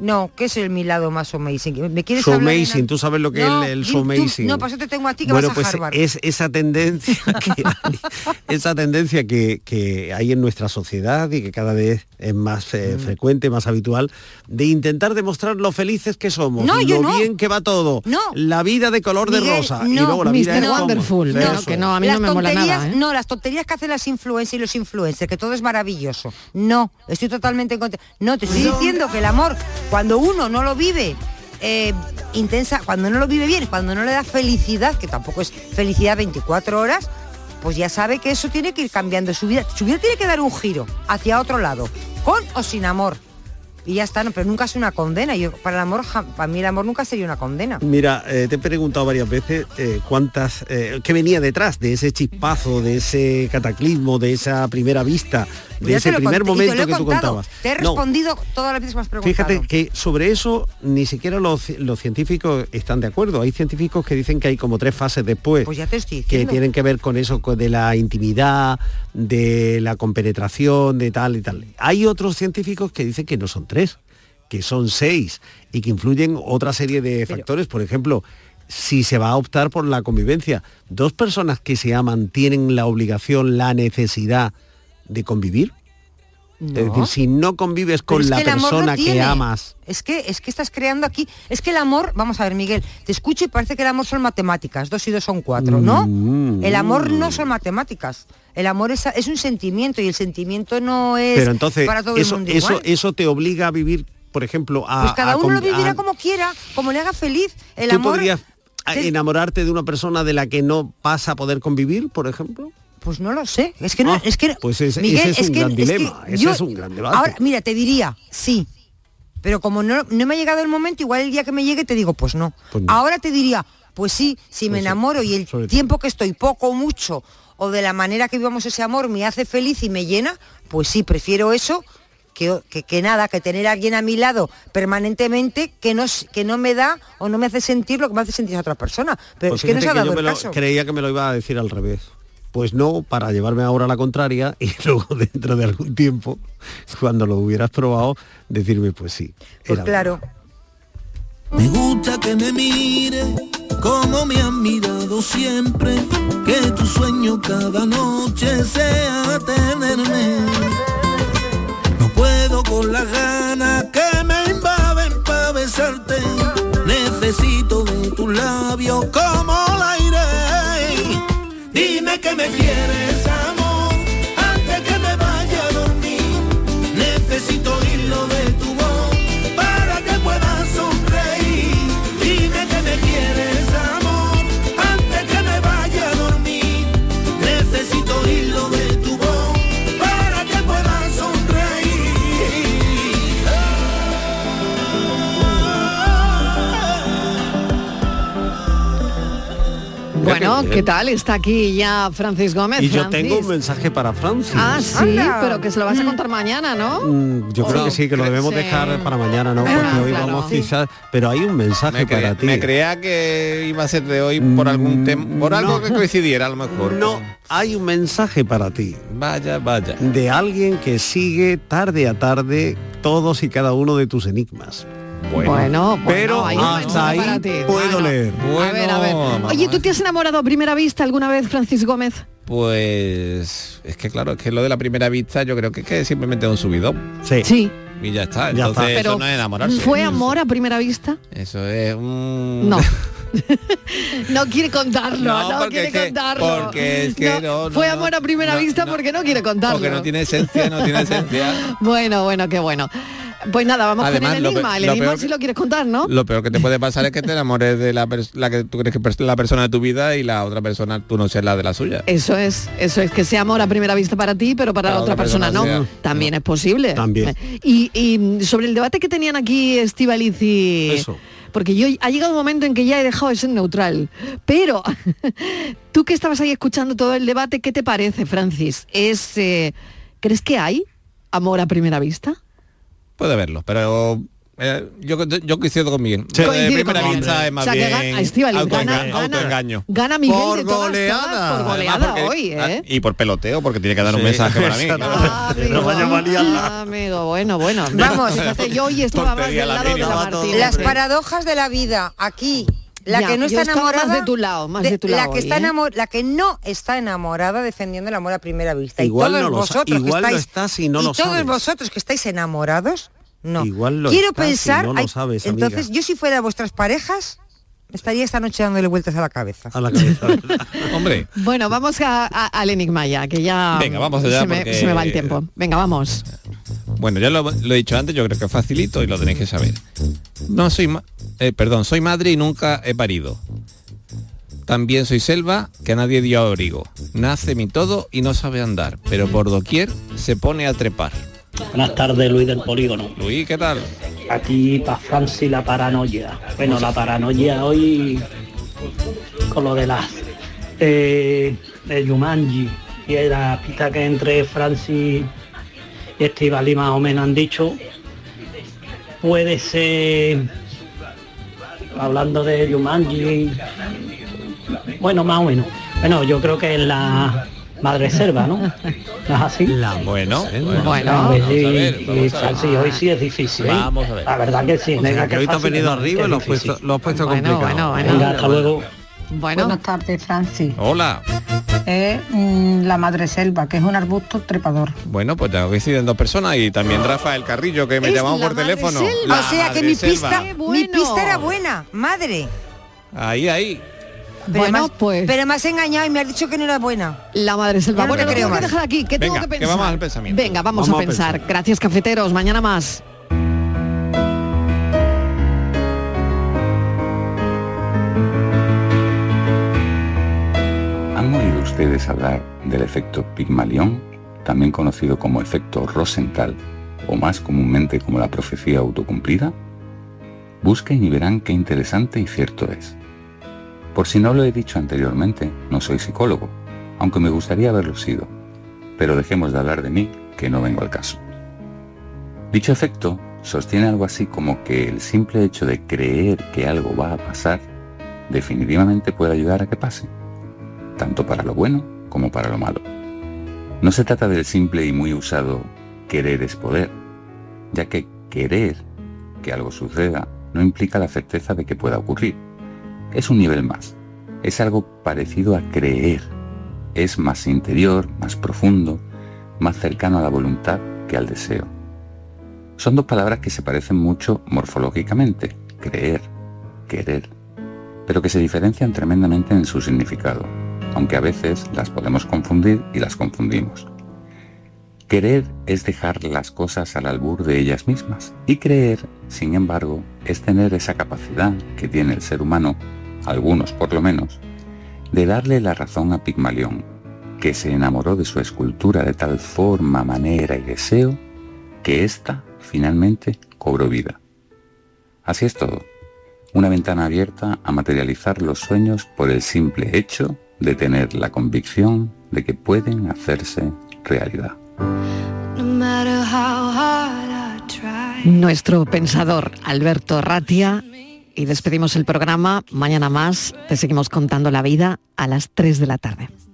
S7: No, que es el mi lado más amazing. ¿Me quieres
S6: So
S7: hablar en-
S6: amazing, tú sabes lo que
S7: No,
S6: es el, el
S7: di-
S6: so
S7: tú-
S6: amazing.
S7: No, para eso te tengo a ti que
S6: bueno,
S7: vas a
S6: pues
S7: Harvard.
S6: es esa tendencia que hay, esa tendencia que, que hay en nuestra sociedad y que cada vez es más eh,
S7: Mm.
S6: frecuente, más habitual, de intentar demostrar lo felices que somos,
S5: No,
S6: lo
S5: yo no.
S6: bien que va todo,
S5: No.
S6: la vida de color de
S5: Miguel,
S6: rosa y
S5: no.
S6: luego la
S5: Mr.
S6: vida es como-
S5: Wonderful, no,
S6: Eso.
S5: que no, a mí
S7: las
S5: no me mola
S7: tonterías,
S5: nada, ¿eh?
S7: no, las tonterías que hacen las influencers y los influencers, que todo es maravilloso. No, estoy totalmente en contra. No, te estoy diciendo que el amor, cuando uno no lo vive eh, intensa, cuando no lo vive bien, cuando no le da felicidad, que tampoco es felicidad 24 horas, pues ya sabe que eso tiene que ir cambiando su vida. Su vida tiene que dar un giro hacia otro lado, con o sin amor. Y ya está, no, pero nunca es una condena. Yo, para el amor, ja- para mí el amor nunca sería una condena.
S6: Mira, eh, te he preguntado varias veces eh, cuántas, eh, qué venía detrás de ese chispazo, de ese cataclismo, de esa primera vista, de
S7: Pues Ya
S6: ese
S7: te lo
S6: primer
S7: conté- y te
S6: momento
S7: lo he
S6: que tú
S7: contado.
S6: contabas.
S7: Te he
S6: No,
S7: respondido todas las veces que me has preguntado.
S6: Fíjate que sobre eso ni siquiera los, ci- los científicos están de acuerdo. Hay científicos que dicen que hay como tres fases después.
S7: Pues ya te estoy
S6: que
S7: diciendo.
S6: tienen que ver con eso co- de la intimidad, de la compenetración, de tal y tal. Hay otros científicos que dicen que no son tres, que son seis y que influyen otra serie de factores. Por ejemplo, si se va a optar por la convivencia, dos personas que se aman tienen la obligación, la necesidad de convivir. Es decir, si no convives con
S7: Pero es
S6: la
S7: que el amor lo
S6: persona que
S7: tiene.
S6: amas.
S7: Es que, es que estás creando aquí. Es que el amor, vamos a ver, Miguel, te escucho y parece que el amor son matemáticas. Dos y dos son cuatro, ¿no?
S6: Mm.
S7: El amor no son matemáticas. El amor es, es un sentimiento y el sentimiento no es
S6: Pero entonces,
S7: para todo
S6: eso,
S7: el mundo
S6: eso,
S7: igual.
S6: eso te obliga a vivir, por ejemplo, a...
S7: pues cada
S6: a
S7: uno lo
S6: con-
S7: vivirá
S6: a-
S7: como quiera, como le haga feliz. El
S6: ¿Tú
S7: amor.
S6: podrías a,
S7: te-
S6: enamorarte de una persona de la que no vas a poder convivir, por ejemplo?
S7: Pues no lo sé. Es que no, es que
S6: pues ese,
S7: Miguel,
S6: ese es, un
S7: que-
S6: gran
S7: que
S6: dilema. ese
S7: yo- Ah,
S6: es un gran debate.
S7: Ahora, mira, te diría, sí. Pero como no, no me ha llegado el momento, igual el día que me llegue te digo, pues no.
S6: Pues no.
S7: Ahora te diría, pues sí, si me enamoro y el tiempo que estoy, poco o mucho, o de la manera que vivamos ese amor, me hace feliz y me llena, pues sí, prefiero eso que, que- que nada, que tener a alguien a mi lado permanentemente que no, s- que no me da o no me hace sentir lo que me hace sentir a otra persona. Pero
S6: Pues
S7: es que no
S6: fíjate
S7: se ha
S6: yo
S7: dado
S6: me
S7: el
S6: lo-
S7: caso.
S6: creía que me lo iba a decir al revés. Pues no, para llevarme ahora la contraria y luego dentro de algún tiempo, cuando lo hubieras probado, decirme pues sí.
S7: Pues
S6: era
S7: claro.
S3: Me gusta que me mire como me han mirado siempre, que tu sueño cada noche sea tenerme. No puedo con las ganas que me invaden para besarte. Necesito de tus labios como el aire. Dime que me quieres, amor, antes que me vaya a dormir. Necesito oírlo de tu voz para que pueda sonreír. Dime que me quieres, amor, antes que me vaya a dormir. Necesito oírlo de tu voz para que pueda sonreír.
S5: Bueno,
S6: qué bien.
S5: ¿qué tal? Está aquí ya Francis Gómez.
S6: eh, Y yo
S5: Francis.
S6: tengo un mensaje para Francis.
S5: Ah, sí, pero que se lo vas a contar mañana, ¿no?
S6: Mm, Yo creo que sí, que lo debemos
S5: Sí.
S6: dejar para mañana, ¿no?
S5: Ah,
S6: Porque hoy
S5: claro.
S6: vamos quizás, pero hay un mensaje
S13: Me
S6: para
S13: creía,
S6: ti. Mm,
S13: me creía que iba a ser de hoy por algún tema, por algo que coincidiera a lo mejor.
S6: No, hay un mensaje para ti.
S13: Vaya, vaya.
S6: De alguien que sigue tarde a tarde todos y cada uno de tus enigmas.
S5: Bueno, bueno,
S6: pero
S5: hay un
S6: hasta
S5: mensaje para
S6: ahí
S5: ti.
S6: puedo leer.
S5: a ver, a ver. Oye, ¿tú te has enamorado a primera vista alguna vez, Francis Gómez?
S13: Pues es que claro, es que lo de la primera vista yo creo que es que simplemente es un subidón.
S6: Sí.
S5: Sí.
S13: Y ya está.
S5: Ya
S13: Entonces
S5: está.
S13: eso
S5: Pero
S13: no es enamorarse.
S5: ¿Fue amor a primera vista?
S13: Eso es un...
S5: No. No quiere contarlo,
S13: No,
S5: no,
S13: porque
S5: quiere
S13: es que-
S5: contarlo.
S13: porque es que no, no,
S5: fue
S13: no,
S5: amor a primera
S13: no,
S5: vista porque no quiere contarlo.
S13: Porque no tiene esencia, no tiene esencia.
S5: Bueno, bueno, qué bueno. Pues nada, vamos
S13: Además,
S5: con el
S13: lo pe-
S5: enigma. El
S13: lo
S5: enigma
S13: peor
S5: si
S13: que-
S5: lo quieres contar, ¿no?
S13: Lo peor que te puede pasar es que te enamores de la, pers- la que tú crees que es la persona de tu vida y la otra persona tú no seas la de la suya.
S5: Eso es, eso es que sea amor a primera vista para ti, pero para, la otra persona, no.
S13: sea.
S5: También es posible. Eh,
S13: También.
S5: Y, y sobre el debate que tenían aquí Estivaliz y porque yo ha llegado un momento en que ya he dejado de ser neutral, pero tú que estabas ahí escuchando todo el debate, ¿qué te parece, Francis? ¿Es eh, crees que hay amor a primera vista?
S13: Puede verlo, pero eh, yo, yo coincido con Miguel. Lo de
S5: Coincide
S13: primera
S5: con
S13: vista
S5: Miguel.
S13: es más
S5: O sea, que
S13: bien
S5: gana- a Estíbaliz,
S13: autoenga-
S5: gana- gana-
S13: autoengaño.
S5: Gana Miguel
S13: Por
S5: de todas,
S13: goleada,
S5: todas, por
S13: además,
S5: goleada
S13: porque-
S5: hoy, ¿eh?
S13: Y por peloteo, porque tiene que dar un mensaje para mí.
S5: Ah, Amigo, bueno, bueno.
S13: Vamos.
S5: Fíjate, yo hoy estaba más
S13: Tontería
S5: del
S13: la
S5: lado de la
S13: mínima.
S5: Martínez.
S7: Las paradojas de la vida, aquí. La
S5: Ya,
S7: que no
S5: yo
S7: está
S5: estaba más
S7: enamorada.
S5: de tu lado, más de tu lado
S7: La
S5: hoy,
S7: que, está
S5: ¿eh?
S7: enamo- la que no está enamorada defendiendo el amor a primera vista.
S6: Igual
S7: y todos
S6: no lo sa-
S7: vosotros que
S6: igual lo
S7: estáis,
S6: estás y no
S7: y
S6: lo
S7: todos
S6: sabes.
S7: vosotros que estáis enamorados, no.
S6: Igual lo
S7: Quiero
S6: estás y
S7: pensar.
S6: no lo
S7: ay,
S6: sabes, amiga.
S7: entonces, yo si fuera vuestras parejas, estaría esta noche dándole vueltas a la cabeza.
S6: A la cabeza.
S13: Hombre.
S5: Bueno, vamos a- a- al enigma ya, que ya
S13: Venga, vamos allá,
S5: se, me,
S13: porque-
S5: se me va el tiempo. Venga, vamos.
S13: Bueno, ya lo, lo he dicho antes, yo creo que es facilito y lo tenéis que saber. No soy ma- eh, perdón, soy madre y nunca he parido. También soy selva, que a nadie dio abrigo. Nace mi todo y no sabe andar, pero por doquier se pone a trepar.
S20: Buenas tardes, Luis del Polígono.
S13: Luis, ¿qué tal?
S20: Aquí para Francis la paranoia. Bueno, la paranoia hoy con lo de las eh, de Yumanji y de la pista que entre Francis y Estivali más o menos han dicho. Puede ser hablando de Yumanji. Bueno, más o menos. Bueno, yo creo que en la madre selva, ¿no? ¿No es así?
S13: Bueno,
S20: Bueno, a ver, sí, sí, sí, hoy sí es difícil. ¿eh?
S6: Vamos a ver.
S20: La verdad que sí.
S6: O sea, que
S20: es
S6: hoy te has
S20: fácil,
S6: venido
S20: no,
S6: arriba
S20: es
S6: y lo has
S20: difícil.
S6: puesto, lo has puesto complicado.
S20: Venga, hasta luego.
S5: Bueno.
S24: Buenas tardes, Francis.
S13: Hola.
S24: Es mm, la madre selva, que es un arbusto trepador.
S13: Bueno, pues tengo que decir en dos personas y también Rafael Carrillo que me
S24: Es
S13: llamó
S24: la
S13: por
S24: madre
S13: teléfono.
S7: o sea que mi pista, mi
S24: bueno.
S7: pista era buena, madre.
S13: Ahí, ahí.
S7: Pero más, Pero me has engañado y me has dicho que no era buena.
S5: pues. La madre selva. Bueno, lo tengo que dejar aquí. ¿Qué tengo
S7: Venga,
S5: que
S7: que
S5: pensar?
S7: vamos al pensamiento.
S5: Venga, vamos,
S7: Vamos
S5: a
S7: a
S5: pensar. Gracias, cafeteros. Mañana más.
S14: ¿Han oído ustedes hablar del efecto Pigmalión, también conocido como efecto Rosenthal o más comúnmente como la profecía autocumplida? Busquen y verán qué interesante y cierto es. Por si no lo he dicho anteriormente, no soy psicólogo, aunque me gustaría haberlo sido, pero dejemos de hablar de mí, que no vengo al caso. Dicho efecto sostiene algo así como que el simple hecho de creer que algo va a pasar definitivamente puede ayudar a que pase tanto para lo bueno como para lo malo. No se trata del simple y muy usado querer es poder, ya que querer que algo suceda no implica la certeza de que pueda ocurrir. Es un nivel más, es algo parecido a creer, es más interior, más profundo, más cercano a la voluntad que al deseo. Son dos palabras que se parecen mucho morfológicamente, creer, querer, pero que se diferencian tremendamente en su significado aunque a veces las podemos confundir y las confundimos. Querer es dejar las cosas al albur de ellas mismas y creer, sin embargo, es tener esa capacidad que tiene el ser humano, algunos por lo menos, de darle la razón a Pigmalión, que se enamoró de su escultura de tal forma, manera y deseo que ésta finalmente cobró vida. Así es todo una ventana abierta a materializar los sueños por el simple hecho de tener la convicción de que pueden hacerse realidad.
S4: No matter how hard I
S5: Nuestro pensador, Alberto Ratia. Y despedimos el programa. Mañana más te seguimos contando la vida a las 3 de la tarde.